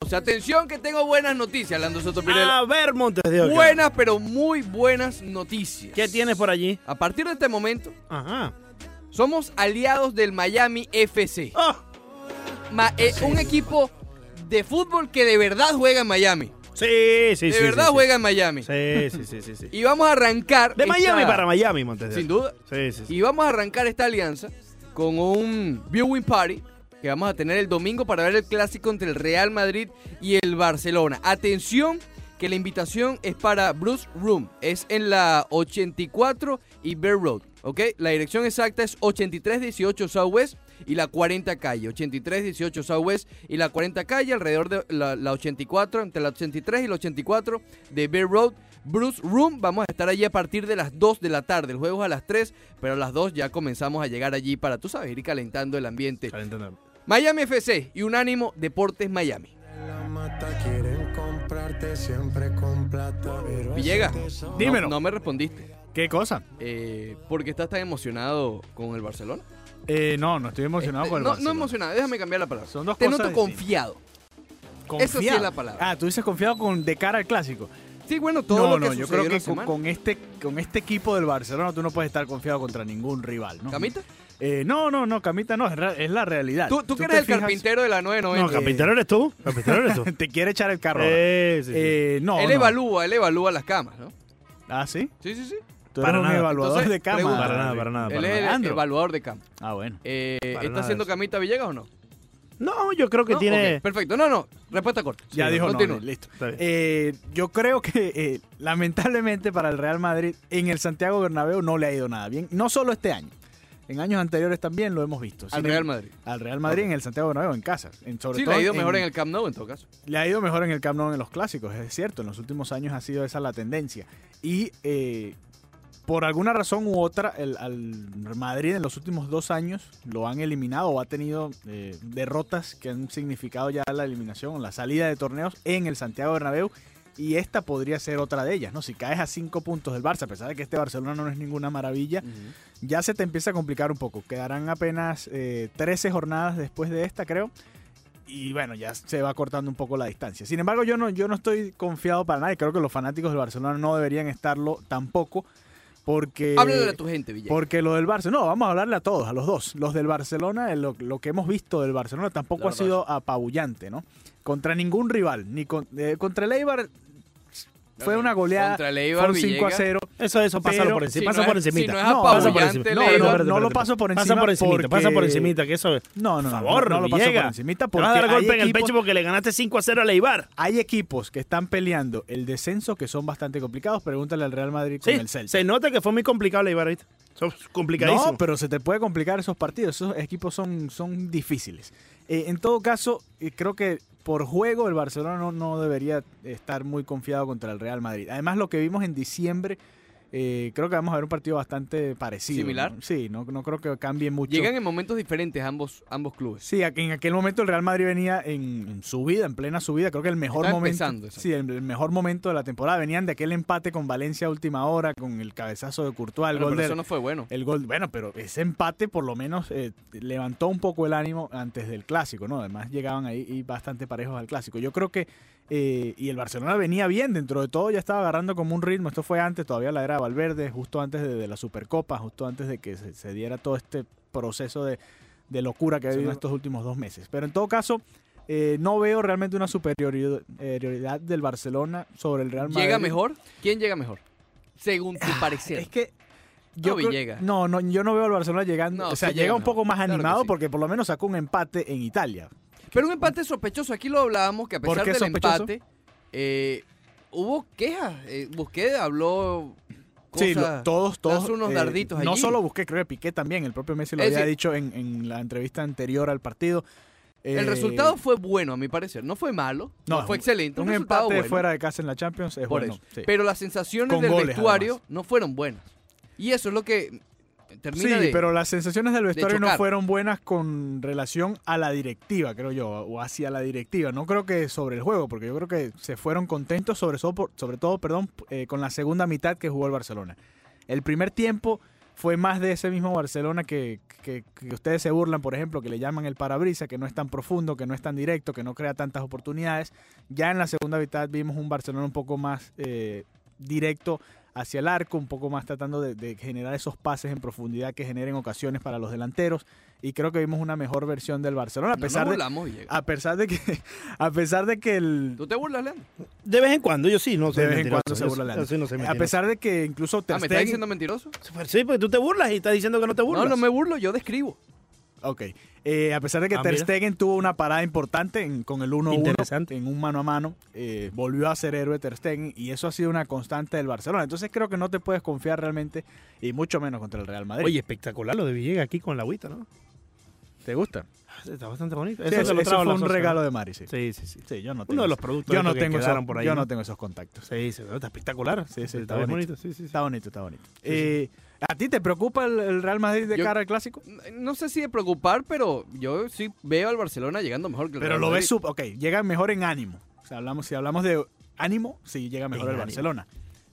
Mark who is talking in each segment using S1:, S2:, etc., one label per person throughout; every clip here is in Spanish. S1: pausa. Atención que tengo buenas noticias, Lando Soto Pirela.
S2: A ver, Montes de Oca.
S1: Buenas, pero muy buenas noticias.
S2: ¿Qué tienes por allí?
S1: A partir de este momento,
S2: Ajá.
S1: somos aliados del Miami FC.
S2: Ah,
S1: Ma- eh, un equipo de fútbol que de verdad juega en Miami.
S2: sí, sí,
S1: De
S2: sí. sí,
S1: verdad
S2: sí.
S1: juega en Miami.
S2: Sí, sí, sí, sí, sí.
S1: Y vamos a arrancar.
S2: De
S1: esta-
S2: Miami para Miami, Montes de Oca.
S1: Sin duda.
S2: Sí, sí, sí.
S1: Y vamos a arrancar esta alianza con un viewing party que vamos a tener el domingo para ver el clásico entre el Real Madrid y el Barcelona. Atención que la invitación es para Bruce Room. Es en la 84 y Bear Road. ¿Ok? La dirección exacta es 8318 Southwest y la 40 calle. 8318 Southwest y la 40 calle, alrededor de la, la 84, entre la 83 y la 84 de Bear Road. Bruce Room, vamos a estar allí a partir de las 2 de la tarde. El juego es a las 3, pero a las 2 ya comenzamos a llegar allí para, tú sabes, ir calentando el ambiente.
S2: Calentando.
S1: Miami FC y Unánimo Deportes Miami.
S3: La mata quieren comprarte siempre con plata. Pero
S1: Villegas,
S3: eso
S1: no-
S2: Dímelo.
S1: No, me respondiste.
S4: ¿Qué cosa?
S1: Eh, ¿Por qué estás tan emocionado con el Barcelona?
S4: Eh, no, no estoy emocionado
S1: Este,
S4: con el
S1: no, no
S4: Barcelona.
S1: emocionado, déjame cambiar la palabra.
S4: Son dos
S1: Te
S4: cosas
S1: noto
S4: distintas.
S1: confiado.
S4: Confiado.
S1: Esa sí es la palabra.
S4: Ah, tú dices confiado con de cara al clásico.
S1: Sí, bueno, todo
S4: no,
S1: lo que
S4: no, yo
S1: sucedió
S4: creo
S1: en la
S4: que con,
S1: semana.
S4: con este con este equipo del Barcelona tú no puedes estar confiado contra ningún rival, ¿no?
S1: ¿Camita?
S4: Eh, no, no, no, Camita no, es, ra- es la realidad.
S1: Tú, tú que
S4: te
S1: eres el
S4: fijas-
S1: carpintero de la
S2: No,
S4: eh,
S1: 990.
S2: capitán eres tú. Capitán eres tú.
S4: Te quiere echar el carro. ahora.
S2: Eh, sí, sí.
S4: Eh, no,
S1: él
S4: no.
S1: evalúa, él evalúa las camas, ¿no?
S4: Ah, sí.
S1: Sí, sí, sí.
S4: Tú
S2: Para
S4: eres un
S2: nada.
S4: evaluador
S1: Entonces,
S4: de cama.
S1: pregunta.
S2: para nada, para
S4: Ah,
S2: nada.
S1: él
S2: para
S1: es
S2: nada.
S1: el
S4: Alejandro.
S1: evaluador de camas.
S4: Ah, bueno.
S1: Eh,
S2: Para
S1: ¿Está
S2: nada
S1: haciendo
S2: de eso.
S1: camita Villegas o no?
S2: No, yo creo que
S1: ¿No?
S2: tiene.
S1: Ok, perfecto, no, no, respuesta corta.
S4: Ya
S1: Sí,
S4: dijo no,
S1: continúa.
S4: listo.
S2: Está bien.
S4: Eh, yo creo que eh, lamentablemente para el Real Madrid en el Santiago Bernabéu no le ha ido nada bien. No solo este año. En años anteriores también lo hemos visto.
S1: Al
S4: Sin em-
S1: Real Madrid.
S4: Al Real Madrid en el Santiago Bernabéu en casa. En, sobre
S1: Sí, le
S4: todo
S1: ha ido mejor en el Camp Nou en todo caso.
S4: le ha ido mejor en el Camp Nou en los clásicos, es cierto. En los últimos años ha sido esa la tendencia. Y eh, por alguna razón u otra, el, al Madrid en los últimos dos años lo han eliminado o ha tenido eh, derrotas que han significado ya la eliminación, la salida de torneos en el Santiago Bernabéu. Y esta podría ser otra de ellas, ¿no? Si caes a cinco puntos del Barça, a pesar de que este Barcelona no es ninguna maravilla, ya se te empieza a complicar un poco. Quedarán apenas eh, 13 jornadas después de esta, creo. Y bueno, ya se va cortando un poco la distancia. Sin embargo, yo no, yo no estoy confiado para nadie. Creo que los fanáticos del Barcelona no deberían estarlo tampoco. Porque.
S1: Háblale a tu gente, Villegas.
S4: Porque lo del Barça, no, vamos a hablarle a todos, a los dos. Los del Barcelona, eh, lo, lo que hemos visto del Barcelona tampoco
S1: La
S4: ha sido apabullante, ¿no? Contra ningún rival, ni con- eh, contra el Eibar fue una goleada,
S1: Contra el Eibar,
S4: fue un 5 a
S1: Villegas.
S4: 0.
S2: Eso, eso, pásalo
S4: Pero
S2: por encima.
S1: si
S2: pasa
S1: no
S2: por
S1: es-
S2: encimita.
S1: si no es
S4: No,
S1: apabullante,
S2: pasa por encimita.
S1: le-
S4: no,
S1: Espérate,
S4: no, no lo paso por encima.
S2: Pasa por encimita, pasa por
S4: porque-
S2: encimita, que eso es.
S4: No, no,
S2: Por
S4: no,
S2: favor,
S4: no, no lo paso
S2: Villegas.
S4: por encimita
S2: Te
S4: porque
S2: vas a dar
S4: hay
S2: golpe en el
S4: equipos-
S2: pecho porque le ganaste 5 a 0 a Leibar.
S4: Hay equipos que están peleando el descenso que son bastante complicados. Pregúntale al Real Madrid con
S2: Sí,
S4: el Celta.
S2: se nota que fue muy complicado Leibar ahorita. Eso es complicadísimo.
S4: No, pero se te puede complicar esos partidos. Esos equipos son, son difíciles. Eh, en todo caso, eh, creo que por juego el Barcelona no, no debería estar muy confiado contra el Real Madrid. Además, lo que vimos en diciembre, eh, creo que vamos a ver un partido bastante parecido.
S1: ¿Similar?
S4: ¿no? Sí, no, no creo que cambie mucho.
S1: Llegan en momentos diferentes ambos, ambos clubes.
S4: Sí, aqu- en aquel momento el Real Madrid venía en, en subida, en plena subida. Creo que el mejor
S1: Estaba
S4: momento.
S1: empezando, exacto.
S4: sí, el, el mejor momento de la temporada. Venían de aquel empate con Valencia a última hora, con el cabezazo de Courtois, el
S1: Bueno,
S4: gol
S1: pero
S4: de.
S1: eso no fue bueno.
S4: El gol, bueno, pero ese empate por lo menos eh, levantó un poco el ánimo antes del clásico, ¿no? Además llegaban ahí y bastante parejos al clásico. Yo creo que, eh, y el Barcelona venía bien dentro de todo, ya estaba agarrando como un ritmo. Esto fue antes, todavía la era de Valverde, justo antes de, de la Supercopa, justo antes de que se, se diera todo este proceso de, de locura que ha
S2: Sí,
S4: habido
S2: no.
S4: en estos últimos dos meses. Pero en todo caso, eh, no veo realmente una superioridad superioridad del Barcelona sobre el Real Madrid. Ah,
S1: ¿Llega mejor? ¿Quién llega mejor? Según tu parecer.
S4: Es que
S1: No,
S4: creo-
S1: Villegas.
S4: No, no, yo no veo al Barcelona llegando.
S1: No,
S4: o sea,
S1: sí
S4: llega
S1: llega.
S4: un poco más
S1: Claro que
S4: animado
S1: sí.
S4: porque por lo menos sacó un empate en Italia.
S1: Pero un empate sospechoso, aquí lo hablábamos, que a
S4: ¿Por
S1: pesar
S4: qué
S1: del
S4: sospechoso?
S1: empate, eh, hubo quejas. Eh, Busqueda habló cosas.
S4: sí, lo- todos, todos.
S1: lanza unos darditos
S4: No
S1: allí.
S4: solo busqué, creo que Piqué también. El propio Messi lo
S1: eh, Es
S4: había
S1: decir-
S4: dicho en, en la entrevista anterior al partido. Eh,
S1: El resultado fue bueno, a mi parecer. No fue malo, no,
S4: no,
S1: fue
S4: un-
S1: excelente. Un,
S4: Un
S1: resultado
S4: empate
S1: bueno,
S4: fuera de casa en la Champions es
S1: por
S4: bueno.
S1: eso.
S4: sí.
S1: Pero las sensaciones
S4: Con
S1: del
S4: goles,
S1: vestuario
S4: además.
S1: no fueron buenas. Y eso es lo que termina
S4: Sí,
S1: de...
S4: pero las sensaciones del vestuario no
S1: chocar.
S4: fueron buenas con relación a la directiva, creo yo, o hacia la directiva. No creo que sobre el juego, porque yo creo que se fueron contentos sobre, so- por- sobre todo perdón, eh, con la segunda mitad que jugó el Barcelona. El primer tiempo fue más de ese mismo Barcelona que, que- que ustedes se burlan, por ejemplo, que le llaman el parabrisa, que no es tan profundo, que no es tan directo, que no crea tantas oportunidades. Ya en la segunda mitad vimos un Barcelona un poco más eh, directo hacia el arco, un poco más tratando de, de generar esos pases en profundidad que generen ocasiones para los delanteros. Y creo que vimos una mejor versión del Barcelona, a
S1: No
S4: pesar
S1: nos
S4: de... Ah.
S1: burlamos, Villegas.
S4: A pesar de que, a pesar de que el,
S1: ¿Tú te burlas, Leandro?
S2: De vez en cuando, yo sí, no soy
S4: De vez en
S2: mentiroso,
S4: cuando se
S2: yo-
S4: burla Leandro.
S2: yo sí no soy
S4: A
S2: mentiroso.
S4: pesar de que incluso Ter
S1: Ah, ¿me estás
S4: Stegen-
S1: diciendo mentiroso?
S2: Sí, porque tú te burlas y estás diciendo que no te burlas.
S1: No, no me burlo, yo describo.
S4: Ok. Eh, a pesar de que
S2: Ah,
S4: Ter
S2: mira.
S4: Stegen tuvo una parada importante en- con el 1-1
S2: Interesante.
S4: en un mano a mano, eh, volvió a ser héroe Ter Stegen y eso ha sido una constante del Barcelona. Entonces creo que no te puedes confiar realmente y mucho menos contra el Real Madrid.
S2: Oye, espectacular lo de Villegas aquí con la agüita, ¿no?
S4: ¿te gusta?
S2: Está bastante bonito.
S4: Sí,
S2: te
S4: eso,
S2: lo
S4: eso
S2: trajo
S4: fue
S2: la
S4: un
S2: socia,
S4: regalo
S2: ¿no?
S4: de Mari, sí.
S2: Sí, sí, sí.
S4: Sí, yo no tengo.
S2: Uno de los
S4: esos-
S2: productos
S4: yo no
S2: estos que
S4: tengo esos-
S2: quedaron por ahí.
S4: yo no tengo esos contactos.
S2: Sí, sí, está espectacular.
S4: Sí, sí, está
S2: bien
S4: bonito.
S2: Sí, sí, sí.
S4: Está bonito, está bonito.
S2: sí.
S4: Eh, ¿A ti te preocupa el, el Real Madrid de
S1: Yo-
S4: cara al clásico?
S1: N- No sé si de preocupar, pero yo sí veo al Barcelona llegando mejor que el
S4: Pero
S1: Real
S4: lo
S1: Madrid.
S4: ves, sup- ok, llega mejor en ánimo. O sea, hablamos, si hablamos de ánimo, sí llega mejor
S2: En
S4: el
S2: ánimo.
S4: Barcelona.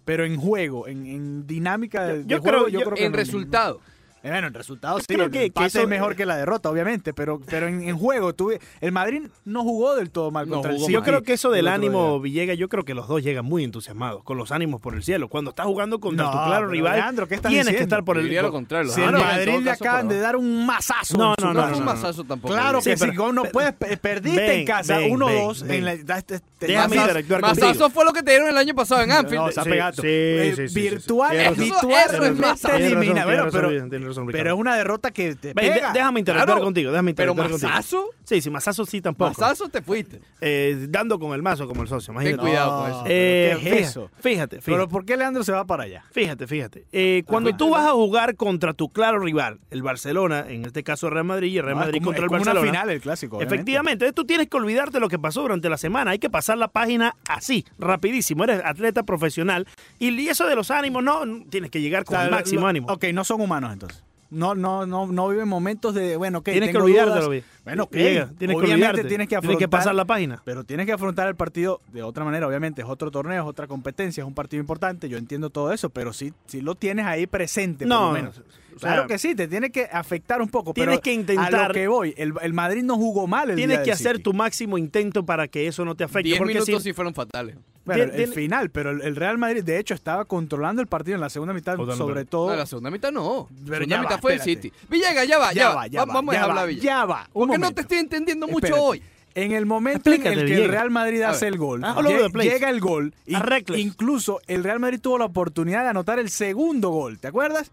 S4: Pero en juego, en, en dinámica de,
S2: Yo- yo
S4: de juego,
S2: creo- yo-
S4: creo que
S1: En
S4: no.
S1: resultado.
S4: Eh, bueno, en resultados sí,
S2: creo
S4: el
S2: que- que
S4: empate
S2: eso-
S4: es mejor que la derrota, obviamente, pero, pero en, en juego, tuve, el Madrid no jugó del todo mal
S1: No
S4: contra el
S1: jugó
S4: City.
S2: Yo creo que eso del
S4: el otro
S2: ánimo,
S4: día.
S2: Villegas, yo creo que los dos llegan muy entusiasmados, con los ánimos por el cielo. Cuando estás jugando contra
S4: No,
S2: tu claro
S4: pero
S2: rival,
S4: Leandro, ¿qué estás
S2: tienes que
S4: diciendo?
S2: estar por el...
S1: Diría lo contrario.
S4: Si
S1: Ah,
S4: el
S1: no, en
S4: Madrid
S1: todo
S4: le
S1: caso,
S4: acaban
S1: por
S4: de dar un mazazo.
S2: No,
S4: en su
S1: No,
S2: no,
S1: fue
S2: no,
S1: un
S2: no.
S1: masazo tampoco.
S4: Claro
S2: Sí,
S4: que
S2: pero-
S4: sí, no puedes, pe- perdiste
S2: Ven,
S4: en casa
S2: ven,
S4: 1-2.
S2: ven,
S4: en la- da- te- te-
S2: Déjame
S4: mazazo-
S2: interactuar contigo.
S1: Masazo fue lo que te dieron el año pasado en Anfield.
S4: No, se ha
S2: Sí,
S4: pegado.
S2: sí,
S4: Eh,
S2: sí, sí, sí.
S4: virtual,
S2: Tienes razón,
S4: virtual,
S1: tienes razón,
S4: realmente
S1: tienes
S4: elimina. Bueno, pero, pero
S2: pero
S4: es una derrota que te
S2: Ven,
S4: pega.
S2: de- déjame interactuar
S1: Claro.
S2: contigo, déjame
S1: Pero
S2: interactuar contigo.
S1: masazo,
S2: Sí, sí, masazo sí tampoco.
S1: masazo te fuiste.
S2: Eh, dando con el mazo como el socio,
S1: Ten
S2: imagínate.
S1: cuidado con eso.
S4: No.
S2: Eh,
S4: ¿Pero qué es
S2: fija-
S4: eso?
S2: Fíjate,
S4: Pero
S2: fíjate.
S4: ¿por qué Leandro se va para allá?
S2: Fíjate, fíjate. Eh, cuando tú vas a jugar contra tu claro rival, el Barcelona, en este caso Real Madrid y el Real
S4: No, es
S2: Madrid
S4: Ah, como-
S2: contra
S4: es
S2: el
S4: como
S2: Barcelona.
S4: una final el clásico. obviamente.
S2: Efectivamente, tú tienes que olvidarte lo que pasó durante la semana. Hay que pasar la página así, rapidísimo. Eres atleta profesional y eso de los ánimos, no, tienes que llegar
S4: O
S2: con
S4: sea,
S2: el
S4: lo-
S2: máximo
S4: lo-
S2: ánimo.
S4: Ok, no son humanos entonces. No, no, no, no viven momentos de, bueno, ok,
S2: tienes que
S4: tengo
S2: olvidarte,
S4: dudas,
S2: lo vi.
S4: Bueno, ok,
S2: Llega, tienes que
S4: obviamente
S2: olvidarte.
S4: tienes que
S2: tienes que
S4: afrontar-
S2: pasar la página.
S4: Pero tienes que afrontar el partido de otra manera, obviamente. Es otro torneo, es otra competencia, es un partido importante. Yo entiendo todo eso, pero sí, sí lo tienes ahí presente, por lo
S2: No,
S4: menos.
S2: o sea,
S4: Claro que sí, te tiene que afectar un poco.
S2: Tienes
S4: pero
S2: que
S4: A
S2: intentar-
S4: lo que voy, el, el Madrid no jugó mal el
S2: tienes
S4: día
S2: que
S4: del
S2: hacer
S4: City.
S2: tu máximo intento para que eso no te afecte.
S1: Diez
S2: porque
S1: minutos
S2: si-
S1: sí fueron fatales.
S4: Bueno,
S2: tien-
S4: el
S2: tien-
S4: final, pero el, el Real Madrid, de hecho, estaba controlando el partido en la segunda mitad,
S2: Jugando,
S4: sobre
S2: pero-
S4: todo.
S1: No, la segunda mitad no. La
S4: Pero
S1: segunda
S4: ya
S1: mitad
S4: va,
S1: fue
S4: espérate.
S1: el City. Villegas, ya va, ya, va. Va- Vamos
S4: ya
S1: a hablar,
S4: va,
S1: Villegas.
S4: ya va.
S1: Porque
S4: un
S1: no te
S4: momento.
S1: estoy entendiendo mucho
S4: Espérate.
S1: hoy.
S4: En el momento en
S2: Explícate,
S4: el que el
S2: Diego.
S4: Real Madrid
S1: A
S4: hace
S1: ver.
S4: el gol,
S2: Ah, all over
S4: lle-
S2: the place.
S4: llega el gol. y
S2: Arregles.
S4: incluso el Real Madrid tuvo la oportunidad de anotar el segundo gol, ¿te acuerdas?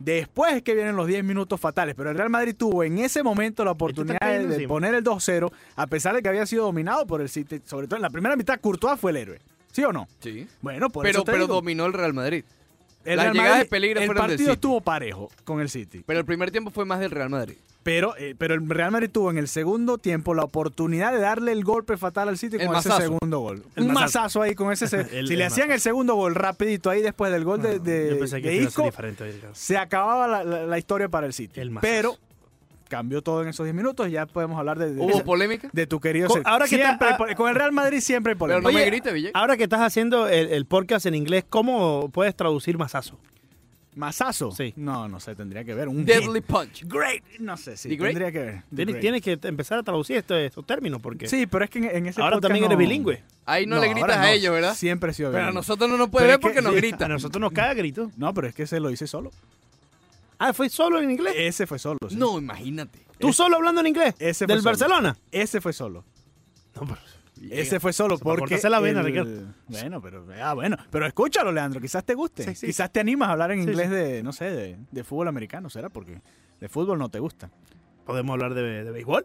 S4: Después es que vienen los 10 minutos fatales, pero el Real Madrid tuvo en ese momento la oportunidad de,
S2: cayendo
S4: de
S2: encima.
S4: poner el 2-0, a pesar de que había sido dominado por el City, sobre todo en la primera mitad, Courtois fue el héroe. ¿Sí o no?
S1: Sí.
S4: Bueno, por
S1: Pero,
S4: eso te
S1: pero
S4: digo,
S1: dominó el Real Madrid.
S4: el
S1: las
S4: Real
S1: llegadas
S4: Madrid-
S1: de peligro
S4: el
S1: fueron del
S4: partido
S1: City.
S4: estuvo parejo con el City.
S1: Pero el primer tiempo fue más del Real Madrid.
S4: Pero, eh, pero el Real Madrid tuvo en el segundo tiempo la oportunidad de darle el golpe fatal al City
S1: El
S4: con ese
S1: mazazo.
S4: segundo gol.
S2: El
S4: un
S2: mazazo.
S4: mazazo. ahí con ese. se-
S2: El-
S4: si
S2: el
S4: le hacían
S2: mazazo.
S4: el segundo gol rapidito ahí después del gol de, de,
S2: Yo pensé que esto iba
S4: de
S2: a ser
S4: Isco,
S2: diferente. Edgar.
S4: se acababa la, la- la historia para el City.
S2: El mazazo.
S4: pero cambió todo en esos 10 minutos y ya podemos hablar de, de-
S1: Hubo
S4: de-
S1: polémica,
S4: de tu querido
S2: Co-
S4: City.
S2: ahora que
S4: Siempre
S2: está-
S4: hay pole- con el Real Madrid siempre hay
S1: pero
S4: polémica.
S1: no me
S2: Oye,
S1: grites, Villegas.
S2: Ahora que estás haciendo el, el podcast en inglés, ¿cómo puedes traducir masazo?
S4: mazazo.
S2: Sí.
S4: No, no sé, tendría que ver. Un
S1: Deadly Punch.
S4: Great. No sé, sí,
S1: The Great.
S4: tendría que ver. The
S2: Tienes,
S4: Great.
S2: tienes que empezar a traducir esto- estos términos porque
S4: Sí, pero es que en, en ese
S2: ahora
S4: podcast
S2: también eres
S4: no-
S2: bilingüe.
S1: Ahí no, le gritas
S4: ahora
S1: a
S4: no.
S1: ellos, ¿verdad?
S4: Siempre ha sido
S1: Pero a
S4: bilingüe.
S1: nosotros no nos puede
S4: Pero
S1: ver
S4: es que-
S1: porque nos
S4: sí.
S1: grita.
S2: A nosotros nos caga grito.
S4: No, pero es que se lo hice solo.
S2: Ah, fue solo en inglés.
S4: Ese fue solo. sí.
S1: No, imagínate.
S2: ¿Tú solo hablando en inglés?
S4: Ese fue
S2: ¿Del
S4: solo.
S2: Barcelona?
S4: Ese fue solo.
S2: No, pero-
S4: Ese fue solo.
S2: Se me
S4: Porque.
S2: cortaste la vena,
S4: el-
S2: Ricardo.
S4: Bueno, pero. Ah, bueno. Pero escúchalo, Leandro. Quizás te guste.
S2: Sí, sí.
S4: Quizás te animas a hablar en
S2: Sí,
S4: inglés
S2: sí.
S4: de, no sé, de, de fútbol americano, ¿será? Porque de fútbol no te gusta.
S2: ¿Podemos hablar de, de béisbol?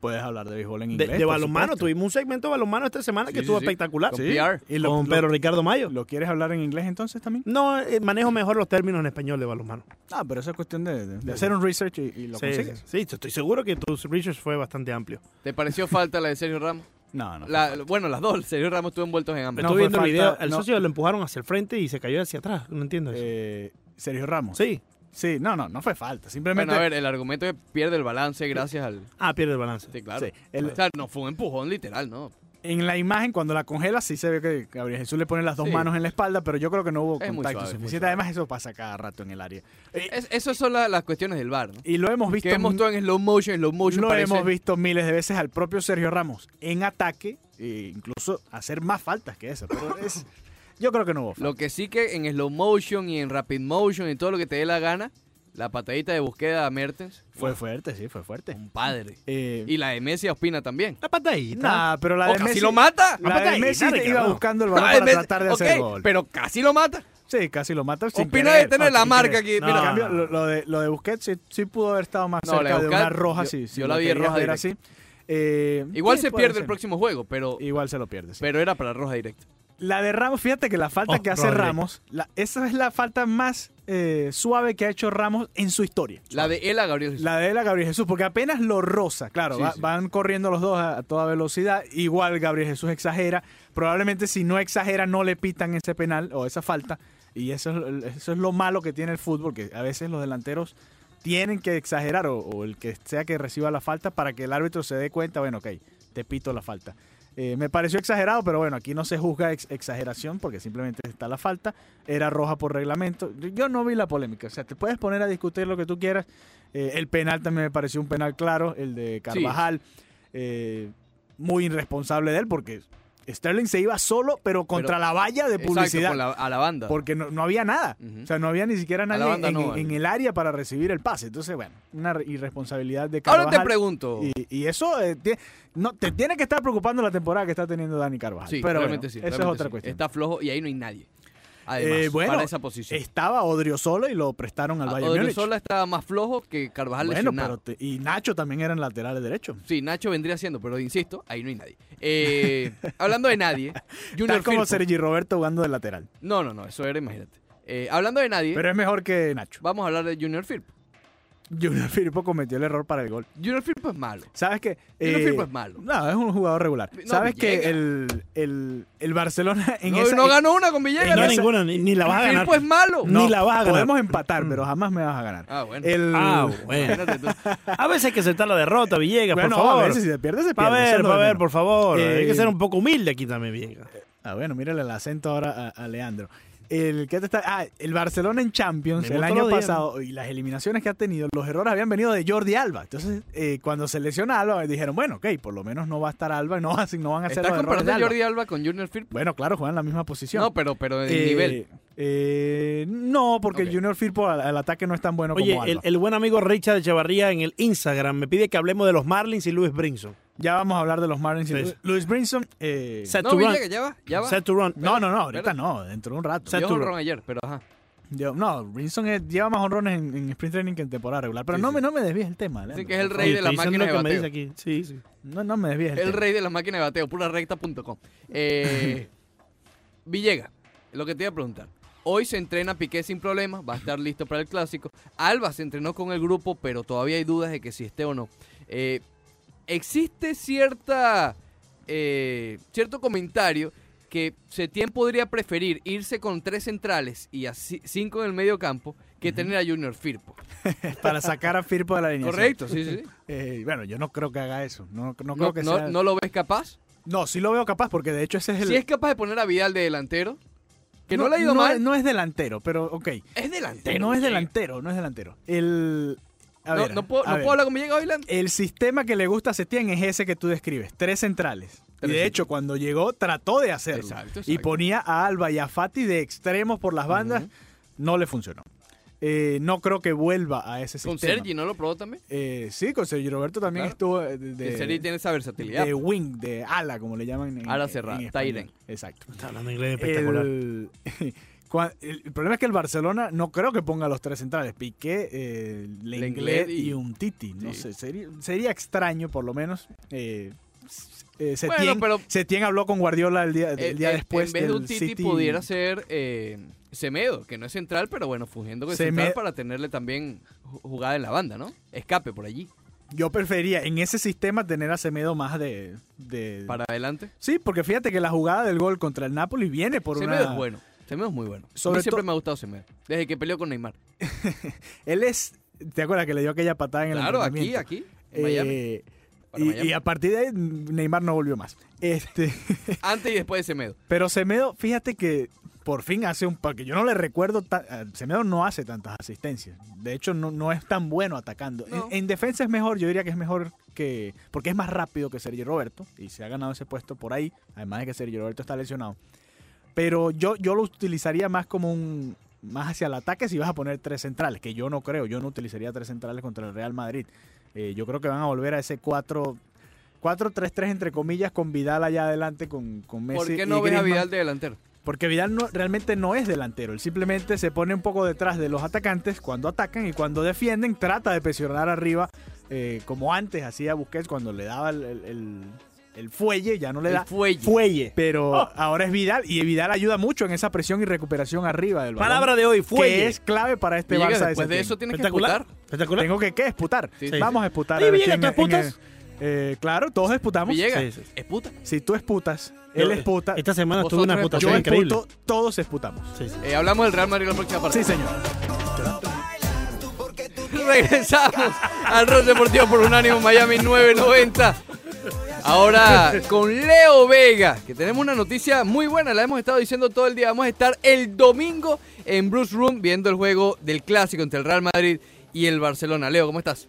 S4: Puedes hablar de béisbol en
S2: De,
S4: inglés.
S2: de
S4: por
S2: balonmano.
S4: supuesto.
S2: Tuvimos un segmento de balonmano esta semana
S1: Sí,
S2: que
S1: sí,
S2: estuvo
S1: sí.
S2: espectacular.
S1: Con
S2: Sí.
S4: Sí.
S1: PR.
S4: ¿Y lo,
S2: Con
S4: lo-
S2: Pedro Ricardo Mayo.
S4: ¿Lo quieres hablar en inglés entonces también?
S2: No, eh, manejo mejor los términos en español de balonmano.
S4: Ah, pero eso es cuestión de, de- de hacer un research y, y lo
S2: Sí,
S4: consigues.
S2: sí, sí, estoy seguro que tu research fue bastante amplio.
S1: ¿Te pareció falta la de Sergio Ramos?
S4: No, no.
S1: La- bueno, las dos. Sergio Ramos estuvo envueltos en ambas.
S4: No
S2: Estuve
S4: fue
S2: viendo el video,
S4: falta,
S2: el
S4: no.
S2: socio lo empujaron hacia el frente y se cayó hacia atrás. No entiendo eso.
S4: Eh, Sergio Ramos.
S2: sí.
S4: Sí, no, no, no fue falta. Simplemente.
S1: Bueno, a ver, el argumento es que pierde el balance gracias al...
S2: Ah, pierde el balance.
S1: Sí, claro.
S4: Sí, el-
S1: o sea, no fue un empujón literal, ¿no?
S4: En la imagen, cuando la congela, sí se ve que Gabriel Jesús le pone las dos
S1: Sí.
S4: manos en la espalda, pero yo creo que no hubo
S1: Es muy
S4: contacto
S1: suave, es muy
S4: suficiente.
S1: suave.
S4: Además, eso pasa cada rato en el área. Eh,
S1: Es- esas son la- las cuestiones del bar, ¿no?
S4: Y lo hemos visto.
S1: Que hemos todo en slow motion, slow motion.
S4: Lo
S1: parece-
S4: hemos visto miles de veces al propio Sergio Ramos en ataque, e incluso hacer más faltas que esa. Pero es, yo creo que no hubo falta.
S1: Lo que sí que en slow motion y en rapid motion y todo lo que te dé la gana, la patadita de búsqueda a Mertens,
S4: Fue fuerte, sí, fue fuerte.
S1: un padre.
S4: Eh,
S1: Y la de Messi a Ospina también.
S2: La patadita.
S4: nah, pero la
S1: ¡Oh,
S4: de
S1: casi
S4: Messi,
S1: lo mata!
S4: la de
S2: Aparte,
S4: Messi
S2: nada,
S4: iba
S2: cabrón.
S4: buscando el
S1: La
S4: balón
S1: de
S4: para
S1: Messi-
S4: tratar de
S1: ok,
S4: hacer gol.
S1: pero casi lo mata.
S4: Sí, casi lo mata. sin
S1: Opina
S4: querer,
S1: de tener
S4: sin
S1: la marca
S4: querer.
S1: aquí.
S2: No.
S1: Mira,
S4: En cambio, lo, lo de, lo de Busquets sí, sí pudo haber estado más
S1: No, la
S4: cerca
S1: de
S4: de
S1: Busquets,
S4: una roja,
S1: yo-
S4: sí. sí,
S1: yo la vi
S4: querías
S1: roja
S4: ver
S1: directa.
S4: así. Eh,
S1: igual
S4: sí,
S1: se
S4: puede
S1: pierde
S4: ser.
S1: el próximo juego, pero,
S4: Igual se lo pierde, sí.
S1: pero era para roja directa.
S4: La de Ramos, fíjate que la falta
S2: Oh,
S4: que hace
S2: Rodri.
S4: Ramos, la- esa es la falta más eh, suave que ha hecho Ramos en su historia.
S1: La de él a Gabriel Jesús.
S4: La de él a Gabriel Jesús, porque apenas lo roza. Claro,
S1: Sí,
S4: va-
S1: sí.
S4: van corriendo los dos a, a toda velocidad. Igual Gabriel Jesús exagera. Probablemente si no exagera, no le pitan ese penal o esa falta. Y eso es, eso es lo malo que tiene el fútbol, que a veces los delanteros tienen que exagerar o, o el que sea que reciba la falta para que el árbitro se dé cuenta, bueno, ok, te pito la falta. Eh, me pareció exagerado, pero bueno, aquí no se juzga ex- exageración porque simplemente está la falta. Era roja por reglamento. Yo no vi la polémica. O sea, te puedes poner a discutir lo que tú quieras. Eh, el penal también me pareció un penal claro, el de Carvajal. Eh, muy irresponsable de él porque Sterling se iba solo, pero contra
S1: Pero-
S4: la valla de
S1: Exacto,
S4: publicidad.
S1: con la- a la banda.
S4: Porque no, no había nada.
S1: Ujú.
S4: O sea, no había ni siquiera
S1: la
S4: nadie
S1: banda
S4: en,
S1: no,
S4: en
S1: vale.
S4: el área para recibir el pase. Entonces, bueno, una re- irresponsabilidad de Carvajal.
S1: Ahora te pregunto.
S4: Y, y eso eh, tie- no, te tiene que estar preocupando la temporada que está teniendo Dani Carvajal.
S1: Sí,
S4: pero
S1: realmente
S4: bueno,
S1: sí.
S4: esa
S1: realmente
S4: es otra
S1: sí.
S4: cuestión.
S1: Está flojo y ahí no hay nadie. Además,
S4: Eh, bueno,
S1: para esa posición.
S4: Estaba Odriozola y lo prestaron
S1: Ah,
S4: al Bayern Múnich.
S1: Odriozola estaba más flojo que Carvajal
S4: Bueno,
S1: lesionado.
S4: pero te- y Nacho también eran laterales derechos.
S1: Sí, Nacho vendría siendo, pero insisto, ahí no hay nadie. Eh, hablando de nadie,
S4: Está
S1: Junior
S4: como
S1: Firpo.
S4: Sergi Roberto jugando de lateral.
S1: No, no, no, eso era, imagínate. Eh, hablando de nadie,
S4: Pero es mejor que Nacho.
S1: vamos a hablar de Junior Firpo.
S4: Junior Firpo cometió el error para el gol.
S1: Junior Firpo es malo.
S4: ¿Sabes qué?
S1: Junior
S4: Eh,
S1: Firpo es malo.
S4: No, es un jugador regular.
S1: No,
S4: ¿Sabes que
S1: llega.
S4: el, el, el Barcelona en
S1: no,
S4: esa...
S1: no ganó una con Villegas.
S2: no
S4: en
S1: ¿no?
S4: esa-
S2: ninguna, ni, ni la vas a ganar.
S1: Firpo es malo.
S2: No. ni la vas a ganar.
S4: Podemos empatar, pero jamás me vas a ganar.
S1: Ah, bueno.
S4: El-
S2: Ah, bueno.
S1: Imagínate tú.
S2: A veces hay que aceptar la derrota, Villegas,
S4: Bueno,
S2: por favor.
S4: a veces si te pierdes, se
S2: Pa'
S4: pierde. eso
S2: ver,
S4: es lo
S2: pa'
S4: de
S2: ver,
S4: menos.
S2: por favor.
S4: Eh,
S2: Hay que ser un poco humilde aquí también, Villegas.
S4: Ah, bueno, mírale el acento ahora a, a Leandro. El, ¿qué te está? Ah, el Barcelona en Champions
S2: Mismo
S4: el
S2: todos
S4: año
S2: los días,
S4: pasado y las eliminaciones que ha tenido, los errores habían venido de Jordi Alba. Entonces, eh, cuando se lesiona Alba, dijeron, bueno, ok, por lo menos no va a estar Alba y no, va a- no van a hacer
S1: ¿Estás
S4: los errores
S1: comparando
S4: de
S1: a
S4: Alba.
S1: Jordi Alba con Junior Firpo?
S4: Bueno, claro, juegan la misma posición.
S1: No, pero, pero de
S4: Eh,
S1: nivel.
S4: eh, no, porque
S1: Ok.
S4: Junior Firpo al, al ataque no es tan bueno
S2: Oye,
S4: como Alba.
S2: el, el buen amigo Richard Echevarría en el Instagram me pide que hablemos de los Marlins y Luis Brinson.
S4: Ya vamos a hablar de los Marlins. y
S2: Sí.
S4: Lu- Luis Brinson. eh,
S2: Set
S1: No,
S2: to run.
S1: Villegas, ya va, ya va.
S2: Set to run.
S4: no, no, no, ahorita
S1: espérate.
S4: no, dentro de un rato.
S2: Set
S1: Dio
S2: to
S1: jonrón
S2: run.
S1: ayer, pero ajá.
S4: Yo- no, Brinson es- lleva más honrones en, en sprint training que en temporada regular. Pero
S1: Sí,
S4: no,
S1: sí.
S4: Me, no me desvíes el tema, Leandro.
S1: Dicen que es el
S4: por
S1: rey
S2: Oye,
S1: de la
S2: estoy
S1: máquina
S2: diciendo
S1: de
S2: lo que me
S1: bateo.
S2: dice aquí. Sí, sí.
S4: favor. No, no me desvíes el,
S1: El
S4: tema.
S1: rey de las máquinas de bateo, pura recta.com. Eh, Villegas, lo que te iba a preguntar. Hoy se entrena Piqué sin problemas, va a estar listo para el clásico. Alba se entrenó con el grupo, pero todavía hay dudas de que si esté o no. Eh, existe cierta eh, cierto comentario que Setién podría preferir irse con tres centrales y así, cinco en el medio campo que tener a Junior Firpo.
S4: Para sacar a Firpo de la línea.
S1: Correcto, sí, sí. sí.
S4: bueno, yo no creo que haga eso. No, no creo
S1: No,
S4: que
S1: no-
S4: sea.
S1: no lo ves capaz.
S4: No, sí lo veo capaz, porque de hecho ese es el.
S1: Si es capaz de poner a Vidal de delantero, que no, le ha ido
S4: no-
S1: mal,
S4: No es delantero, pero ok.
S1: es delantero.
S4: no es
S1: Villegas.
S4: delantero, no es delantero. El. a
S1: no,
S4: ver,
S1: no puedo,
S4: a
S1: no
S4: ver.
S1: puedo hablar con Villegas Bailando.
S4: El sistema que le gusta a Setién es ese que tú describes, tres centrales. Y
S1: Tres
S4: de hecho, cuando llegó, trató de hacerlo.
S1: Exacto,
S4: Y
S1: exacto.
S4: ponía a Alba y a Fati de extremos por las bandas.
S1: Ujú.
S4: No le funcionó. Eh, no creo que vuelva a ese
S1: Con
S4: sistema.
S1: Sergi, ¿no lo probó también?
S4: Eh, sí, con Sergi Roberto también
S1: Claro.
S4: estuvo eh, de,
S1: Que Sergi tiene esa versatilidad.
S4: de wing, de ala, como le llaman en
S1: Ala
S4: en-
S1: cerrada,
S4: en español.
S1: tight end.
S4: Exacto.
S2: Está hablando inglés espectacular.
S4: El, cua- el- el problema es que el Barcelona no creo que ponga los tres centrales. Piqué, eh, Lenglet
S1: Lenglet y-
S4: y un Titi. No
S1: Sí.
S4: sé, sería, sería extraño por lo menos. Eh, s- eh,
S1: Bueno,
S4: Setién,
S1: pero-
S4: Setién habló con Guardiola el día, el
S1: Eh,
S4: día
S1: eh,
S4: después
S1: En vez de
S4: del
S1: un Titi,
S4: City.
S1: pudiera ser eh, Semedo, que no es central, pero bueno, fungiendo que es
S4: Semedo-
S1: central para tenerle también ju- jugada en la banda, ¿no? Escape por allí,
S4: Yo preferiría en ese sistema tener a Semedo más de... de-
S1: para adelante.
S4: Sí, porque fíjate que la jugada del gol contra el Napoli viene por
S1: Semedo
S4: una...
S1: es bueno. Semedo es muy bueno.
S4: Sobre
S1: a mí siempre
S4: to-
S1: me ha gustado Semedo. Desde que peleó con Neymar.
S4: Él es... ¿Te acuerdas que le dio aquella patada en el
S1: Claro, aquí,
S4: entrenamiento?
S1: aquí. en Miami.
S4: Eh,
S1: para
S4: Y,
S1: Miami.
S4: y a partir de ahí Neymar no volvió más. Este,
S1: Antes y después de Semedo.
S4: pero Semedo, fíjate que por fin hace un porque yo no le recuerdo ta- eh, Semedo no hace tantas asistencias. De hecho no, no es tan bueno atacando.
S1: No.
S4: En, en defensa es mejor, yo diría que es mejor que porque es más rápido que Sergio Roberto y se ha ganado ese puesto por ahí, además de que Sergio Roberto está lesionado. Pero yo yo lo utilizaría más como un más hacia el ataque si vas a poner tres centrales, que yo no creo, yo no utilizaría tres centrales contra el Real Madrid. Eh, yo creo que van a volver a ese 4 4-3-3 entre comillas con Vidal allá adelante con, con Messi.
S1: ¿Por qué
S4: y
S1: no ves a
S4: Griezmann.
S1: Vidal de delantero?
S4: Porque Vidal no- realmente no es delantero, él simplemente se pone un poco detrás de los atacantes cuando atacan y cuando defienden trata de presionar arriba eh, como antes hacía Busquets cuando le daba el, el- el- el fuelle, ya no le
S1: El
S4: da
S1: fuelle. Oh.
S4: fuelle, pero ahora es Vidal y Vidal ayuda mucho en esa presión y recuperación arriba del balón,
S2: Palabra de hoy,
S4: que
S2: fuelle.
S4: es clave para este
S1: Villegas,
S4: Barça de
S1: después de
S4: Setién.
S1: eso tienes que
S2: Espectacular.
S1: escuchar.
S2: Espectacular.
S4: Tengo que, ¿qué? Esputar.
S1: Sí,
S2: sí,
S4: Vamos a esputar.
S2: Sí,
S4: a ver
S2: Villegas,
S4: quién
S2: ¿tú
S4: en- en el-
S2: esputas?
S4: eh, claro, todos esputamos.
S1: Villegas,
S2: Sí, sí, sí.
S1: es Eh, puta.
S4: Si tú esputas, él
S2: Yo-
S4: esputa,
S2: Esta semana tuve
S1: Vosotros
S2: una
S1: me-
S4: yo
S2: putación increíble.
S4: esputo, todos esputamos.
S2: Sí, sí.
S1: Eh, hablamos del Real Madrid la próxima parte.
S4: Sí, señor.
S1: Regresamos al Rock Deportivo por Unánimo Miami 990. Ahora con Leo Vega, que tenemos una noticia muy buena, la hemos estado diciendo todo el día. Vamos a estar el domingo en Bruce Room viendo el juego del clásico entre el Real Madrid y el Barcelona. Leo, ¿cómo estás?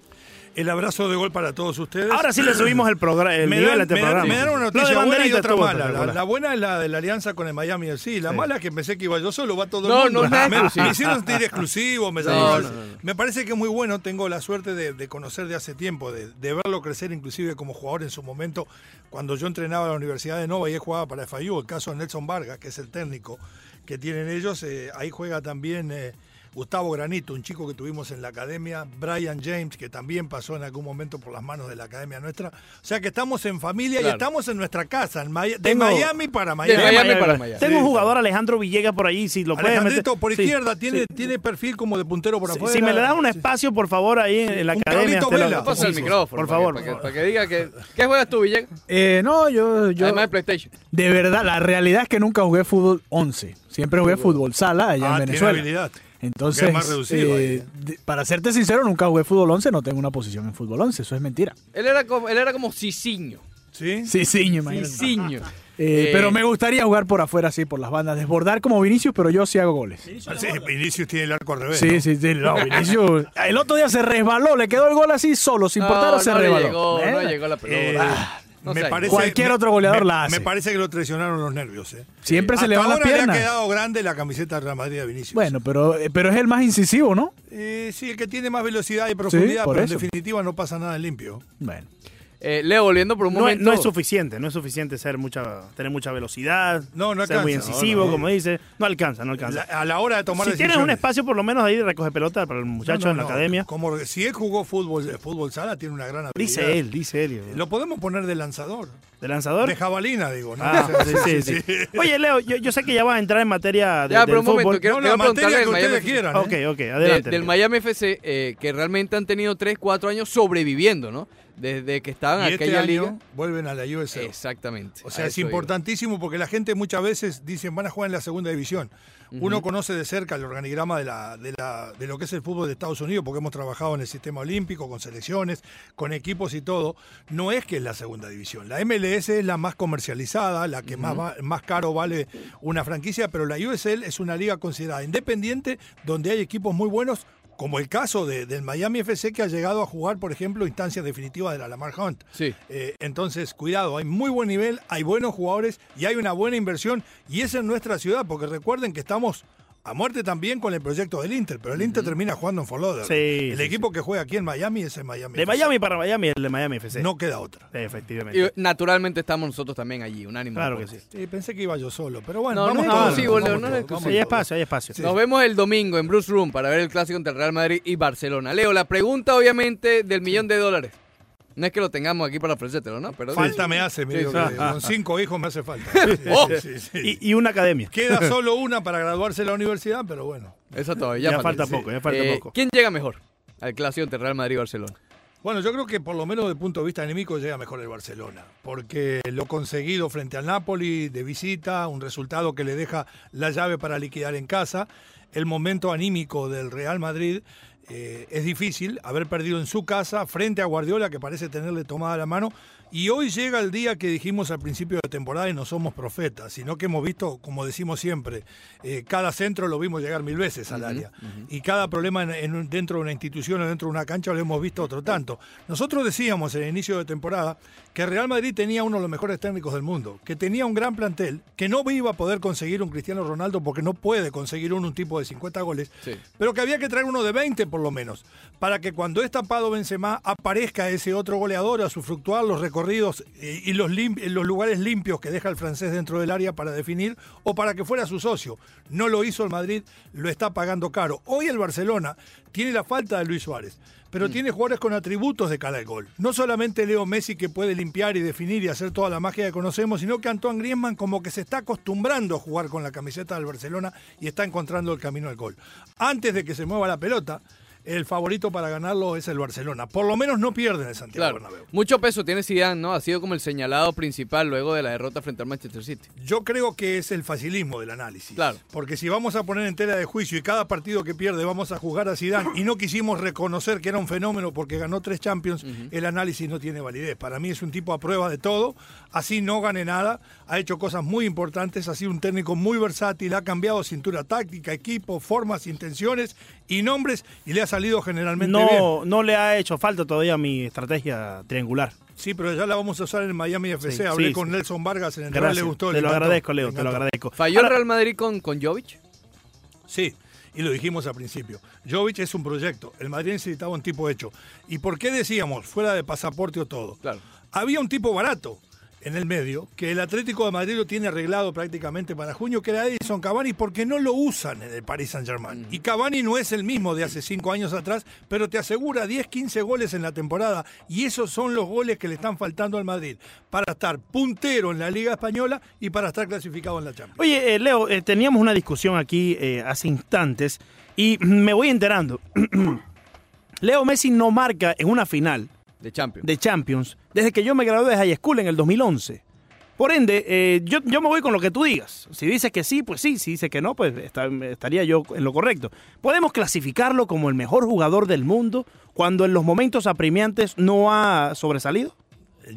S5: El abrazo de gol para todos ustedes.
S2: Ahora sí le subimos el, progra- el
S5: me
S2: nivel
S5: dan,
S2: a este
S5: me dan-
S2: programa.
S5: me dan una
S2: Lo de
S5: noticia buena y
S2: Banderita
S5: otra
S2: estuvo
S5: mala. La,
S2: espectacular.
S5: la buena es la de la alianza con el Miami FC. La mala es que pensé que iba yo solo, va todo
S1: No,
S5: el mundo.
S1: no, nada
S5: me,
S1: exclusivo.
S5: me hicieron sentir exclusivo. Me,
S1: Ah. No,
S5: sacaron-
S1: no, no,
S5: me parece que es muy bueno. Tengo la suerte de, de conocer de hace tiempo, de, de verlo crecer inclusive como jugador en su momento. Cuando yo entrenaba en la Universidad de Nova y él jugaba para FIU, el caso de Nelson Vargas, que es el técnico que tienen ellos, eh, ahí juega también... eh, Gustavo Granito, un chico que tuvimos en la academia, Brian James, que también pasó en algún momento por las manos de la academia nuestra. O sea que estamos en familia y
S1: Claro.
S5: estamos en nuestra casa, en Maya- de
S2: Tengo-
S5: Miami para
S1: De
S5: Miami.
S1: Miami para Miami.
S2: Tengo un jugador, Alejandro Villegas, por ahí, si lo puedes meter.
S5: Alejandrito, por
S2: Sí,
S5: izquierda,
S2: sí.
S5: tiene, tiene perfil como de puntero por
S2: Si-
S5: afuera. Ah,
S2: Si me le das un espacio, por favor, ahí en, en la
S5: Un
S2: academia.
S5: Carlito
S2: te lo-
S5: Vela.
S1: Pasa el
S2: Sí, sí,
S1: micrófono.
S2: Por
S1: para
S2: favor.
S1: que- Para que, para que diga que. ¿Qué juegas tú, Villegas?
S4: Eh, no, yo, yo
S1: Además de PlayStation.
S4: de verdad, la realidad es que nunca jugué fútbol 11. Siempre jugué fútbol sala allá
S5: Ah,
S4: en
S5: tiene
S4: Venezuela.
S5: habilidad.
S4: Entonces,
S5: Porque es más reducido
S4: eh,
S5: ahí.
S4: de- para serte sincero, nunca jugué fútbol 11, no tengo una posición en fútbol 11, eso es mentira.
S1: Él era como, él era como Cicinho.
S5: ¿Sí?
S4: Sí, sí, imagínate.
S1: Cicinho.
S4: Eh,
S1: Eh,
S4: pero me gustaría jugar por afuera, sí, por las bandas, desbordar como Vinicius, pero yo sí hago goles.
S5: Ah, sí, Vinicius tiene el arco al revés.
S4: Sí,
S5: ¿no?
S4: sí, sí, no, Vinicius. El otro día se resbaló, le quedó el gol así solo, sin
S1: No,
S4: portero, se
S1: no le
S4: resbaló.
S1: llegó,
S4: ¿Eh?
S1: no llegó la pelota. Ah,
S5: Eh,
S1: no
S5: me
S1: sé.
S5: parece-
S4: Cualquier otro goleador
S5: me-
S4: la hace.
S5: Me parece que lo traicionaron los nervios. ¿eh?
S4: Siempre se
S5: Hasta
S4: le van las
S5: ahora le ha
S4: piernas.
S5: quedado grande la camiseta de Real Madrid a Vinicius.
S4: Bueno, pero, eh, pero es el más incisivo, ¿no?
S5: Eh, sí, el que tiene más velocidad y profundidad,
S4: por
S5: pero
S4: eso.
S5: en definitiva no pasa nada en limpio.
S4: Bueno.
S1: Eh, Leo, volviendo por un
S2: No es,
S1: momento.
S2: no es suficiente, no es suficiente ser mucha, tener mucha velocidad,
S5: No, no
S2: ser muy
S5: alcanza, no,
S2: incisivo,
S5: no.
S2: como dice. No alcanza, no
S5: La-
S2: alcanza.
S5: a la hora de tomar
S2: si tienes un
S5: decisiones.
S2: espacio, por lo menos ahí de recoger pelota para el
S5: No,
S2: muchacho
S5: no,
S2: en la
S5: no.
S2: academia.
S5: Como si él jugó fútbol, eh, fútbol sala, tiene una gran habilidad.
S2: Dice él, dice él.
S5: Lo podemos poner de lanzador.
S2: ¿De lanzador?
S5: De jabalina, digo. ¿no?
S2: Ah,
S5: O sea,
S2: sí, sí, sí.
S5: sí.
S2: Oye, Leo, yo, yo sé que ya vas a entrar en materia de,
S1: Ya,
S2: del
S1: pero un
S2: fútbol.
S1: momento, quiero-
S5: No, la
S1: quiero preguntarle
S5: materia
S1: al
S5: que ustedes
S1: Miami.
S5: quieran. ¿eh?
S2: Ok, ok,
S1: de-
S2: adelante.
S1: del Miami FC, eh, que realmente han tenido 3, 4 años sobreviviendo, ¿no? Desde que estaban en
S5: Y este
S1: aquella
S5: año
S1: liga.
S5: vuelven a la USL.
S1: Exactamente.
S5: O
S1: a
S5: sea, es
S1: eso iba.
S5: importantísimo porque la gente muchas veces dicen van a jugar en la segunda división. Uno conoce de cerca el organigrama de, la, de, la- de lo que es el fútbol de Estados Unidos porque hemos trabajado en el sistema olímpico, con selecciones, con equipos y todo. No es que es la segunda división. La MLS es la más comercializada, la que más, va- más caro vale una franquicia, pero la USL es una liga considerada independiente donde hay equipos muy buenos. Como el caso de- del Miami FC que ha llegado a jugar, por ejemplo, instancias definitivas de la Lamar Hunt.
S1: Sí.
S5: Eh, entonces, cuidado, hay muy buen nivel, hay buenos jugadores y hay una buena inversión. Y es en nuestra ciudad, porque recuerden que estamos a muerte también con el proyecto del Inter, pero el Inter termina jugando en Fort Lauderdale.
S2: Sí,
S5: el
S2: sí,
S5: equipo que juega aquí en Miami es el Miami.
S2: De
S5: FC.
S2: Miami para Miami, el de Miami FC.
S5: No queda otra.
S2: Efectivamente.
S1: Y naturalmente estamos nosotros también allí, unánimo.
S2: claro que sí.
S5: Sí, pensé que iba yo solo, pero bueno,
S1: No,
S5: vamos
S1: no es
S5: todos,
S1: exclusivo,
S5: vamos
S1: Leo, no es
S5: todos,
S1: exclusivo.
S5: vamos
S2: Hay
S5: todos.
S2: espacio, hay espacio.
S5: Sí.
S1: Nos vemos el domingo en Bruce Room para ver el clásico entre el Real Madrid y Barcelona. Leo, la pregunta obviamente del millón de dólares. No es que lo tengamos aquí para ofrecértelo, ¿no? Pero
S5: Falta me hace, mire,
S1: Sí, sí.
S5: que con cinco hijos me hace falta. Sí,
S1: Oh.
S5: sí, sí, sí.
S2: Y, y una academia.
S5: Queda solo una para graduarse de la universidad, pero bueno.
S1: Eso todavía
S2: Ya, falta poco, ya falta
S1: Eh,
S2: poco.
S1: ¿Quién llega mejor al clásico entre Real Madrid y Barcelona?
S5: Bueno, yo creo que por lo menos desde el punto de vista enemigo llega mejor el Barcelona, porque lo conseguido frente al Napoli de visita, un resultado que le deja la llave para liquidar en casa, el momento anímico del Real Madrid eh, es difícil haber perdido en su casa frente a Guardiola, que parece tenerle tomada la mano. Y hoy llega el día que dijimos al principio de temporada y no somos profetas, sino que hemos visto, como decimos siempre, eh, cada centro lo vimos llegar mil veces al área. Y cada problema en- en- dentro de una institución o dentro de una cancha lo hemos visto otro tanto. Nosotros decíamos en el inicio de temporada que Real Madrid tenía uno de los mejores técnicos del mundo, que tenía un gran plantel, que no iba a poder conseguir un Cristiano Ronaldo porque no puede conseguir uno un tipo de 50 goles,
S1: Sí.
S5: pero que había que traer uno de 20 por lo menos, para que cuando es tapado Benzema aparezca ese otro goleador a usufructuar los recorridos eh, y los, lim- eh, los lugares limpios que deja el francés dentro del área para definir o para que fuera su socio. No lo hizo el Madrid, lo está pagando caro. Hoy el Barcelona tiene la falta de Luis Suárez, pero tiene jugadores con atributos de cara al gol. No solamente Leo Messi que puede limpiar y definir y hacer toda la magia que conocemos, sino que Antoine Griezmann como que se está acostumbrando a jugar con la camiseta del Barcelona y está encontrando el camino al gol. Antes de que se mueva la pelota, el favorito para ganarlo es el Barcelona. Por lo menos no pierden el Santiago
S1: Claro,
S5: Bernabéu.
S1: mucho peso tiene Zidane, ¿no? Ha sido como el señalado principal luego de la derrota frente al Manchester City.
S5: Yo creo que es el facilismo del análisis.
S1: Claro.
S5: Porque si vamos a poner en tela de juicio y cada partido que pierde vamos a juzgar a Zidane y no quisimos reconocer que era un fenómeno porque ganó tres Champions, el análisis no tiene validez. Para mí es un tipo a prueba de todo, así no gane nada, ha hecho cosas muy importantes, ha sido un técnico muy versátil, ha cambiado cintura táctica, equipo, formas, intenciones y nombres y le ha salido generalmente bien.
S2: No, no le ha hecho falta todavía mi estrategia triangular.
S5: Sí, pero ya la vamos a usar en Miami
S2: Sí,
S5: FC. Hablé
S2: sí,
S5: con
S2: sí.
S5: Nelson Vargas en el
S2: Gracias.
S5: le gustó.
S2: te
S5: le
S2: lo
S5: encantó,
S2: agradezco,
S5: le
S2: Leo, te lo
S5: encantó.
S2: agradezco.
S1: ¿Falló el
S2: Ahora-
S1: Real Madrid con, con Jovic?
S5: Sí, y lo dijimos al principio. Jovic es un proyecto. El Madrid necesitaba un tipo hecho. ¿Y por qué decíamos, fuera de pasaporte o todo?
S1: Claro.
S5: Había un tipo barato en el medio, que el Atlético de Madrid lo tiene arreglado prácticamente para junio, que era Edison Cavani, porque no lo usan en el Paris Saint-Germain. Y Cavani no es el mismo de hace cinco años atrás, pero te asegura 10, 15 goles en la temporada. Y esos son los goles que le están faltando al Madrid para estar puntero en la Liga Española y para estar clasificado en la Champions.
S2: Oye, eh, Leo, eh, teníamos una discusión aquí eh, hace instantes y me voy enterando. Leo Messi no marca en una final
S1: De Champions.
S2: de Champions desde que yo me gradué de high school en el 2011. Por ende, eh, yo, yo me voy con lo que tú digas. Si dices que sí, pues sí. Si dices que no, pues está- estaría yo en lo correcto. Podemos clasificarlo como el mejor jugador del mundo cuando en los momentos apremiantes no ha sobresalido.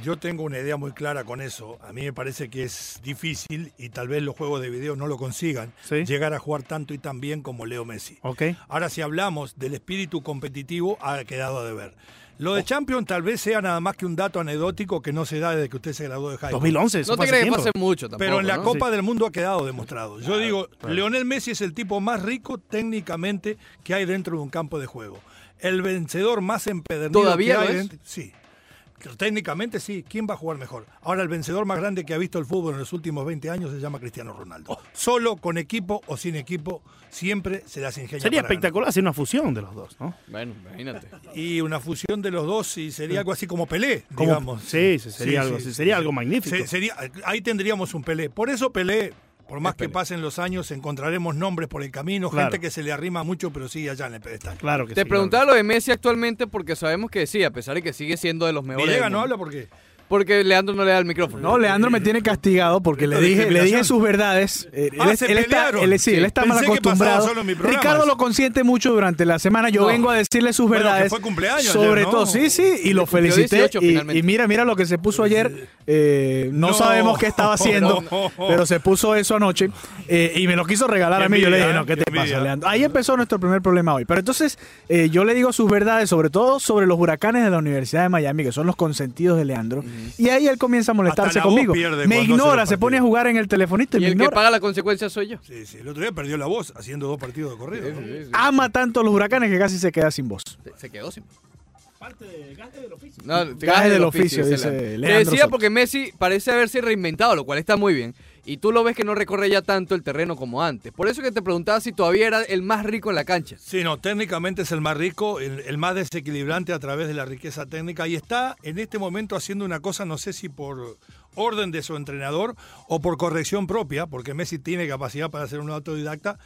S5: Yo tengo una idea muy clara con eso. A mí me parece que es difícil y tal vez los juegos de video no lo consigan
S2: Sí.
S5: llegar a jugar tanto y tan bien como Leo Messi.
S2: Ok.
S5: Ahora, si hablamos del espíritu competitivo, ha quedado a deber. Lo
S2: Oh.
S5: de Champions tal vez sea nada más que un dato anecdótico que no se da desde que usted se graduó de high school.
S2: 2011. eso
S1: No
S2: fue
S1: te
S2: hace
S1: crees que
S2: tiempo.
S1: pase mucho tampoco.
S5: Pero en la
S1: ¿no?
S5: Copa del Mundo ha quedado demostrado. Yo digo, Leonel Messi es el tipo más rico técnicamente que hay dentro de un campo de juego. El vencedor más empedernido
S1: ¿Todavía
S5: que
S1: lo
S5: hay
S1: es?
S5: dentro- Sí. Técnicamente sí, ¿quién va a jugar mejor? Ahora el vencedor más grande que ha visto el fútbol en los últimos 20 años se llama Cristiano Ronaldo.
S1: Oh.
S5: Solo con equipo o sin equipo siempre se las ingenia.
S2: Sería
S5: para ganar.
S2: espectacular hacer una fusión de los dos, ¿no?
S1: Bueno, imagínate.
S5: Y una fusión de los dos y sería algo así como Pelé,
S2: Como-
S5: digamos.
S2: sí, sí, sería algo así, sería algo magnífico.
S5: Se- sería- ahí tendríamos un Pelé. Por eso Pelé, por más que pasen los años, encontraremos nombres por el camino,
S2: Claro.
S5: gente que se le arrima mucho, pero sigue allá en el pedestal.
S2: Claro que
S1: Te
S2: sí.
S1: preguntaba lo de Messi actualmente porque sabemos que sí, a pesar de que sigue siendo de los mejores.
S5: Villega
S1: del
S5: no
S1: mundo.
S5: habla porque
S1: Porque Leandro no le da el micrófono.
S4: No, Leandro me tiene castigado porque le dije, le dije
S5: discriminación.
S4: sus verdades. Eh,
S5: Ah,
S4: es-
S5: se
S4: está,
S5: pelearon.
S4: él- sí, él
S5: Sí.
S4: está mal
S5: Pensé que pasaba
S4: acostumbrado.
S5: solo en mi programa.
S4: Ricardo lo consiente mucho durante la semana. Yo
S1: No.
S4: vengo a decirle sus
S5: Bueno, que
S4: verdades.
S5: fue cumpleaños
S4: Sobre
S5: ayer, ¿no?
S4: todo, sí, sí, y lo
S1: cumplió
S4: felicité.
S1: 18
S4: y- y,
S1: finalmente.
S4: mira, mira lo que se puso ayer. Eh, no,
S5: No.
S4: sabemos qué estaba haciendo,
S5: No.
S4: pero se puso eso anoche. eh, y me lo quiso regalar a mí. Yo le dije,
S5: envidia,
S4: no, ¿qué
S5: qué
S4: te pasa,
S5: envidia.
S4: Leandro? Ahí empezó nuestro primer problema hoy. Pero entonces, eh, yo le digo sus verdades, sobre todo sobre los huracanes de la Universidad de Miami, que son los consentidos de Leandro. Y ahí él comienza a molestarse
S5: Hasta la voz
S4: conmigo.
S5: pierde
S4: Me
S5: cuando hace
S4: ignora,
S5: los
S4: se pone a
S5: partidos.
S4: jugar en el telefonito
S1: y
S4: y, me
S1: el que
S4: ignora.
S1: paga la consecuencia soy yo.
S5: Sí, sí, el otro día perdió la voz haciendo dos partidos de corrido. ¿no?
S2: Ah,
S4: Ama tanto los huracanes que casi se queda sin voz.
S1: Se- Se quedó sin.
S2: Parte del gasto del oficio.
S1: No, gajes
S4: del oficio, dice
S1: Leandro.
S4: Leandro
S1: Te decía
S4: Soto.
S1: porque Messi parece haberse reinventado, lo cual está muy bien. Y tú lo ves que no recorre ya tanto el terreno como antes. Por eso que te preguntaba si todavía era el más rico en la cancha.
S5: Sí, no, técnicamente es el más rico, el, el más desequilibrante a través de la riqueza técnica y está en este momento haciendo una cosa, no sé si por orden de su entrenador o por corrección propia, porque Messi tiene capacidad para ser un autodidacta,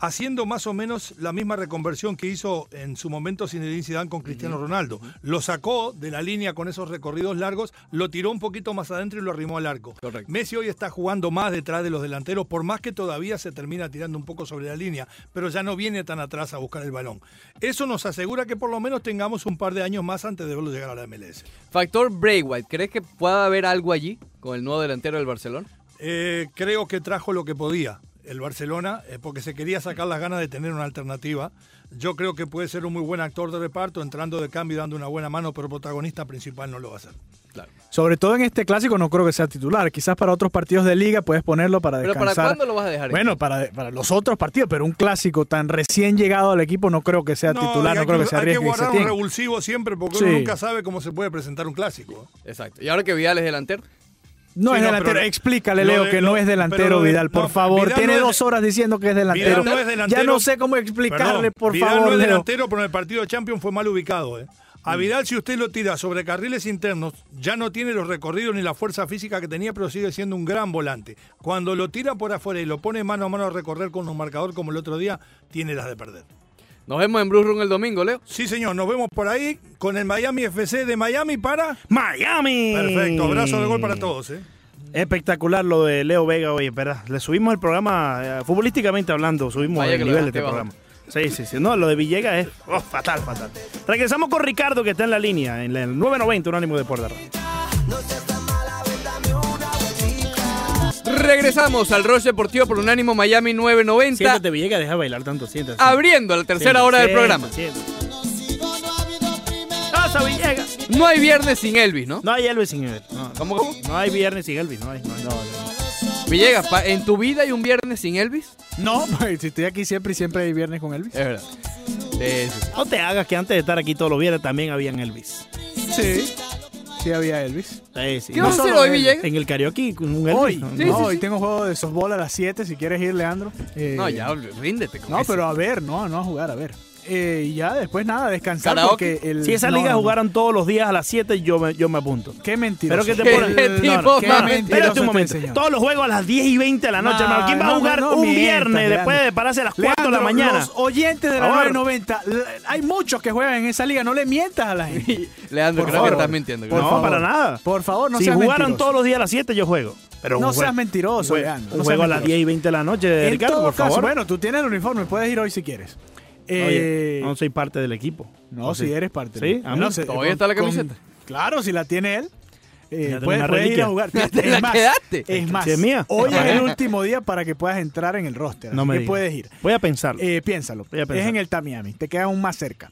S5: haciendo más o menos la misma reconversión que hizo en su momento Zinedine Zidane con Cristiano Ronaldo. Lo sacó de la línea con esos recorridos largos, lo tiró un poquito más adentro y lo arrimó al arco.
S1: Correcto.
S5: Messi hoy está jugando más detrás de los delanteros, por más que todavía se termina tirando un poco sobre la línea, pero ya no viene tan atrás a buscar el balón. Eso nos asegura que por lo menos tengamos un par de años más antes de verlo llegar a la MLS.
S1: Factor Braithwaite, ¿crees que pueda haber algo allí con el nuevo delantero del Barcelona?
S5: Eh, creo que trajo lo que podía el Barcelona, eh, porque se quería sacar las ganas de tener una alternativa. Yo creo que puede ser un muy buen actor de reparto, entrando de cambio y dando una buena mano, pero protagonista principal no lo va a ser.
S4: Sobre todo en este clásico no creo que sea titular. Quizás para otros partidos de liga puedes ponerlo para
S1: ¿Pero
S4: descansar.
S1: para cuándo lo vas a dejar?
S4: Bueno, para, para los otros partidos, pero un clásico tan recién llegado al equipo no creo que sea titular,
S5: hay
S4: no creo que,
S5: que-
S4: sea
S5: Hay que
S4: riesgo. y se
S5: guardar un
S4: tiene.
S5: revulsivo siempre, porque uno
S4: Sí.
S5: nunca sabe cómo se puede presentar un clásico.
S1: Exacto. ¿Y ahora que Vidal es delantero?
S4: No
S5: Sí,
S4: es
S5: no,
S4: delantero.
S5: pero-
S4: Explícale,
S5: lo
S4: Leo,
S5: de-
S4: que
S5: lo-
S4: no es delantero
S5: pero lo de-
S4: Vidal, por
S5: no,
S4: favor.
S5: Vidal
S4: Tiene
S5: no es-
S4: dos horas diciendo que es delantero.
S5: no es delantero.
S4: Ya no sé cómo explicarle,
S5: Perdón,
S4: por
S5: Vidal
S4: favor, Mm.
S5: no es
S4: Leo.
S5: delantero, pero en el partido de Champions fue mal ubicado. ¿eh? A Vidal, si usted lo tira sobre carriles internos, ya no tiene los recorridos ni la fuerza física que tenía, pero sigue siendo un gran volante. Cuando lo tira por afuera y lo pone mano a mano a recorrer con un marcador como el otro día, tiene las de perder.
S1: Nos vemos en Bruce Room el domingo, Leo.
S5: Sí, señor, nos vemos por ahí con el Miami FC de Miami para.
S4: Eh.
S2: Miami.
S5: Perfecto, abrazo de gol para todos. ¿eh?
S2: Espectacular lo de Leo Vega hoy, ¿verdad? Le subimos el programa, eh, futbolísticamente hablando, subimos
S1: Vaya
S2: el
S1: que lo
S2: nivel de este
S1: dejaste
S2: programa.
S1: bajo.
S2: Sí, sí, sí. No, lo de Villegas es oh, fatal, fatal. Regresamos con Ricardo, que está en la línea, en la- en el 990, Unánimo de Porda.
S1: Regresamos al Roche Deportivo por Unánimo Miami 990,
S2: Siéntate, Villegas, deja de bailar tanto, siéntate.
S1: abriendo la tercera
S2: Siéntate,
S1: hora del
S2: siéntate,
S1: programa.
S2: siéntate. ¡Casa, Villegas!
S1: No hay viernes sin Elvis, ¿no?
S2: No hay Elvis sin Elvis. No,
S1: ¿Cómo, cómo?
S2: no hay viernes sin Elvis, no hay. No, hay, no, no.
S1: Villegas, pa- ¿en tu vida hay un viernes sin Elvis?
S4: No, pues, si estoy aquí siempre y siempre hay viernes con Elvis.
S1: Es verdad. Sí, sí.
S2: No te hagas que antes de estar aquí todos los viernes también habían Elvis.
S4: Sí. Sí había Elvis.
S2: Sí, sí.
S1: ¿Qué
S2: No
S1: vas a hacer
S2: solo
S1: hoy,
S2: en-
S1: Villegas?
S2: En el karaoke con un Elvis.
S4: Hoy,
S2: ¿no?
S1: sí,
S4: no,
S1: sí,
S4: hoy
S1: sí.
S4: tengo juego de softball a las 7, si quieres ir, Leandro. Eh,
S1: No, ya, ríndete. con
S4: No,
S1: eso.
S4: pero a ver, no, no a jugar, a ver. Eh, y ya después nada, descansar
S1: ¿Karaoke?
S4: porque el-
S2: Si esa
S4: no,
S2: liga
S4: no, no.
S2: jugaran todos los días a las 7, yo me, yo me apunto.
S4: Qué mentira.
S2: Pero que te
S1: ¿Qué
S2: ponen-
S1: tipo
S4: qué
S1: más
S4: mentira.
S1: mentiroso
S2: Espérate un momento.
S4: este señor.
S2: Todos los juegos a las 10 y 20 de la noche,
S4: No,
S2: hermano. ¿Quién va a
S4: no,
S2: jugar
S4: no
S2: un
S4: mientas,
S2: viernes
S4: Leandro.
S2: después de pararse a las 4 de la
S4: Leandro,
S2: mañana?
S4: Los oyentes de la
S2: Por favor.
S4: 990, la- hay muchos que juegan en esa liga, no le mientas a la gente.
S1: Leandro,
S4: Por
S1: creo que
S4: favor.
S1: estás mintiendo.
S4: Por
S1: creo.
S2: no,
S4: favor.
S2: para nada.
S4: Por favor, no
S2: si
S4: seas
S2: jugaran
S4: mentiroso.
S2: todos los días a las 7, yo juego. Pero
S4: No
S2: un
S4: seas
S2: jue-
S4: mentiroso,
S2: jue-
S4: Leandro.
S2: Un
S4: no
S2: juego a
S4: seas
S2: las
S4: mentiroso.
S2: 10 y 20 de la noche,
S4: En
S2: Ricardo,
S4: todo
S2: por
S4: caso,
S2: favor.
S4: bueno, tú tienes el uniforme, puedes ir hoy si quieres.
S2: Oye,
S4: Eh,
S2: no soy parte del equipo.
S4: No,
S2: O
S4: si
S2: sí.
S4: eres parte.
S2: Sí, a mí.
S4: No sé,
S1: Todavía está la camiseta.
S4: claro, si la tiene él. eh,
S2: Ya tengo
S4: puedes,
S2: una
S4: puedes ir
S2: reliquia.
S4: a jugar.
S1: Te la quedaste.
S4: Es más,
S2: Sí, es mía.
S4: hoy es
S2: Ajá.
S4: el último día para que puedas entrar en el roster.
S2: No
S4: así
S2: me
S4: que
S2: digas.
S4: puedes ir.
S2: Voy a pensarlo.
S4: Eh, piénsalo.
S2: Voy a
S4: Es
S2: pensar.
S4: en el Tamiami. Te queda aún más cerca.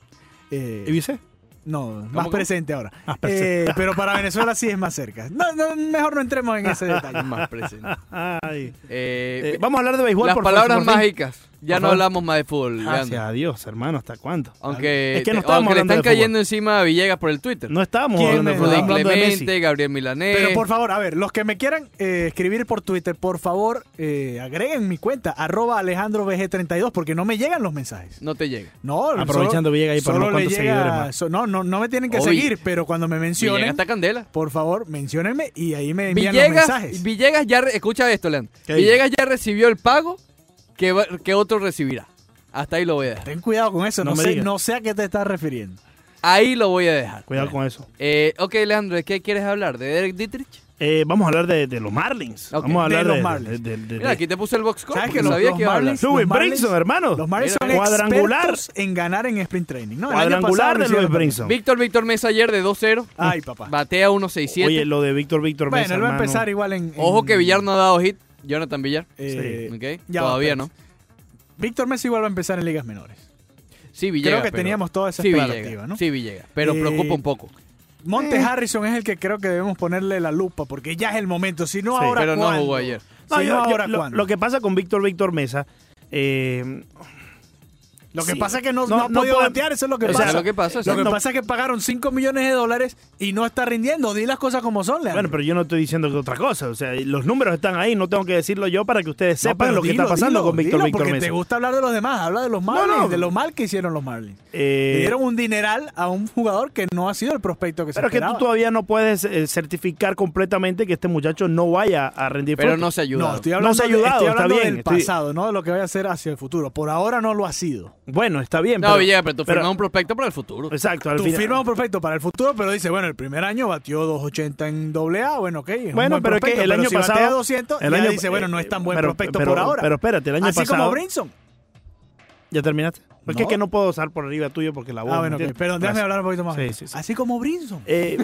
S4: Eh,
S2: ¿Y vice?
S4: no, más
S1: cómo?
S4: presente ahora.
S2: Más Ah, presente.
S4: Eh, pero para Venezuela sí es más cerca. No, no, mejor no entremos en ese detalle.
S1: Más presente.
S2: Ay.
S1: Eh,
S2: Eh, vamos a hablar de béisbol,
S1: las
S2: por favor,
S1: palabras
S2: por fin.
S1: mágicas. Ya
S2: Por
S1: no
S2: favor.
S1: hablamos más de fútbol, Leandro.
S2: Gracias a Dios, hermano, ¿hasta cuándo?
S1: Aunque,
S2: Es que no
S1: te-
S2: estábamos
S1: aunque le
S2: hablando
S1: están
S2: de fútbol.
S1: cayendo encima a Villegas por el Twitter.
S2: No estábamos
S4: ¿Quién
S2: hablando de,
S4: es?
S2: fútbol,
S1: de
S4: No,
S2: hablando de
S1: Clemente,
S2: Messi.
S1: Gabriel Milanés.
S2: Eh,
S4: Pero por favor, a ver, los que me quieran eh, escribir por Twitter, por favor, eh, agreguen mi cuenta, arroba alejandrovg32, porque no me llegan los mensajes.
S1: No te llega.
S4: No,
S2: Aprovechando Villegas ahí para
S4: solo
S2: unos
S4: le
S2: cuantos
S4: llega-
S2: seguidores más.
S4: so- no, no, no me tienen que
S1: Oye,
S4: seguir, pero cuando me
S1: Villegas
S4: mencionen,
S1: está candela.
S4: por favor, menciónenme y ahí me envían los
S1: Villegas,
S4: mensajes.
S1: Villegas ya... re- escucha esto, Leandro.
S2: ¿Qué
S1: Villegas ya recibió el pago que, va- que otro recibirá. Hasta ahí lo voy a dejar.
S4: Ten cuidado con eso,
S2: No
S4: no,
S2: me
S4: sé,
S2: digas.
S4: no sé a qué te estás refiriendo.
S1: Ahí lo voy a dejar.
S2: Cuidado con eso.
S1: Eh, ok, Leandro, ¿de qué quieres hablar? ¿De Derek Dietrich?
S2: Eh, vamos a hablar de, de los Marlins.
S1: Ok.
S2: Vamos a
S4: De
S2: hablar de,
S4: los
S2: de-
S4: Marlins.
S2: de- de- de-
S1: Mira, aquí te puse el box score
S4: ¿Sabes
S1: porque
S4: que los-
S1: sabía
S4: los
S1: que iba a hablar.
S4: Marlins-
S2: Louis
S4: los Marlins-
S2: Brinson, hermano.
S4: Los Marlins son
S2: Mira, Oh, cuadrangular.
S4: expertos en ganar en sprint training. ¿no? El año pasado
S2: Cuadrangular
S4: lo
S2: de
S4: hicieron
S2: Luis
S4: también.
S2: Brinson.
S1: Víctor Víctor Mesa ayer de 2-0.
S4: Ay, papá.
S1: Batea 1-6-7.
S2: Oye, lo de Víctor Víctor
S4: Bueno,
S2: Mesa,
S4: él va a
S2: hermano.
S4: empezar igual en...
S1: Ojo
S4: en-
S1: que Villar no ha dado hit. Jonathan Villar.
S4: Mm. eh,
S1: Ok,
S4: ya va,
S1: Todavía
S4: espérate.
S1: no.
S4: Víctor Messi igual va a empezar en ligas menores.
S1: Sí, Villegas.
S4: creo que
S1: pero-
S4: teníamos toda esa
S1: sí,
S4: expectativa,
S1: Villegas,
S4: ¿no?
S1: sí, Villegas. Pero
S4: Eh,
S1: preocupa un poco.
S4: Monte Harrison es el que creo que debemos ponerle la lupa porque ya es el momento. Si no
S2: Sí,
S4: ahora
S1: Pero no
S4: ¿cuándo?
S1: jugó ayer.
S4: Si
S2: No, yo-
S4: no
S2: yo-
S4: ahora
S2: lo,
S4: ¿cuándo?
S2: lo que pasa con Víctor Víctor Mesa, eh,
S4: Lo que
S2: Sí.
S4: pasa es que no,
S2: No-
S4: no, ha
S2: no
S4: podido
S2: puede-
S4: batear, eso es lo que
S1: Eso es
S4: pasa.
S1: lo que pasa, sí.
S4: Lo que
S1: No-
S4: pasa es que pagaron 5 millones de dólares y no está rindiendo. Di las cosas como son, Leandro.
S2: Bueno, pero yo no estoy diciendo que otra cosa. O sea, los números están ahí, no tengo que decirlo yo para que ustedes
S4: No,
S2: sepan
S4: pero
S2: lo que
S4: dilo,
S2: está pasando
S4: dilo,
S2: con Víctor
S4: dilo,
S2: Víctor
S4: Porque
S2: Mesa.
S4: te gusta hablar de los demás, habla de los Marlins,
S2: no.
S4: de lo mal que hicieron los Marlins.
S2: Eh,
S4: Le dieron un dineral a un jugador que no ha sido el prospecto que se
S2: pero es que tú
S4: esperaba.
S2: todavía no puedes eh, certificar completamente que este muchacho no vaya a rendir
S1: Pero
S2: frutos.
S1: no se ayuda.
S4: No, estoy
S2: No
S4: hablando,
S2: se ha
S4: de-
S2: ayudado,
S4: estoy
S2: está
S4: hablando
S2: bien,
S4: del
S2: estoy-
S4: pasado, no de lo que vaya a hacer hacia el futuro. Por ahora no lo ha sido.
S2: Bueno, está bien.
S1: No,
S2: pero,
S1: Villegas, pero tú
S2: pero-
S1: firmas un prospecto para el futuro.
S4: pues
S2: Exacto, al
S4: Tú
S2: final-
S4: firmas un prospecto para el futuro, pero dice, bueno, el primer año batió 2.80 en doble A, bueno, ok. es un
S2: Bueno,
S4: buen
S2: pero es que
S4: prospecto,
S2: el año
S4: si batea
S2: pasado.
S4: 200,
S2: el
S4: ya
S2: año- eh,
S4: dice, bueno, no es tan buen
S2: pero-
S4: prospecto
S2: pero-
S4: por ahora.
S2: Pero espérate, el año
S4: Así
S2: pasado. Ah,
S4: como Brinson. Ah,
S2: ¿Ya terminaste? Porque es
S4: No.
S2: que no puedo usar por arriba tuyo porque la voz.
S4: Ah,
S2: ¿me
S4: bueno, ok.
S2: entiendes?
S4: Perdón, déjame
S2: Gracias.
S4: hablar un poquito más.
S2: Sí, sí, sí.
S4: Así como Brinson.
S2: Eh,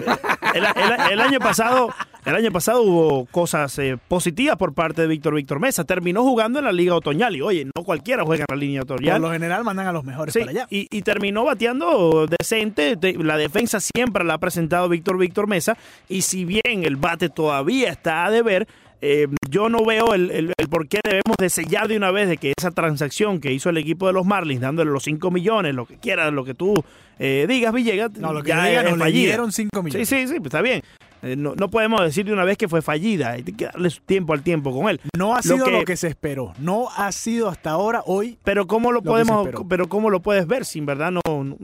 S2: el, el- el año pasado, el año pasado hubo cosas eh, positivas por parte de Víctor Víctor Mesa. Terminó jugando en la Liga Otoñal y oye, no cualquiera juega en la línea
S4: Por
S2: otoñal.
S4: lo general mandan a los mejores
S2: Sí,
S4: para allá.
S2: y, y terminó bateando decente. Te- La defensa siempre la ha presentado Víctor Víctor Mesa. Y si bien el bate todavía está a deber, eh, yo no veo el, el- el por qué debemos de sellar de una vez de que esa transacción que hizo el equipo de los Marlins, dándole los 5 millones, lo que quieras, lo que tú eh, digas, Villegas,
S4: No, lo que
S2: ya
S4: digan,
S2: es
S4: nos le
S2: fallida.
S4: dieron 5
S2: Sí,
S4: millones.
S2: sí, sí, pues está bien. Eh, No, no podemos decir de una vez que fue fallida. Hay que darle su tiempo al tiempo con él.
S4: No ha
S2: Lo
S4: sido lo que,
S2: que
S4: se esperó. No ha sido hasta ahora, hoy.
S2: Pero cómo lo,
S4: que
S2: podemos,
S4: se esperó.
S2: pero cómo lo puedes ver si en verdad no, no,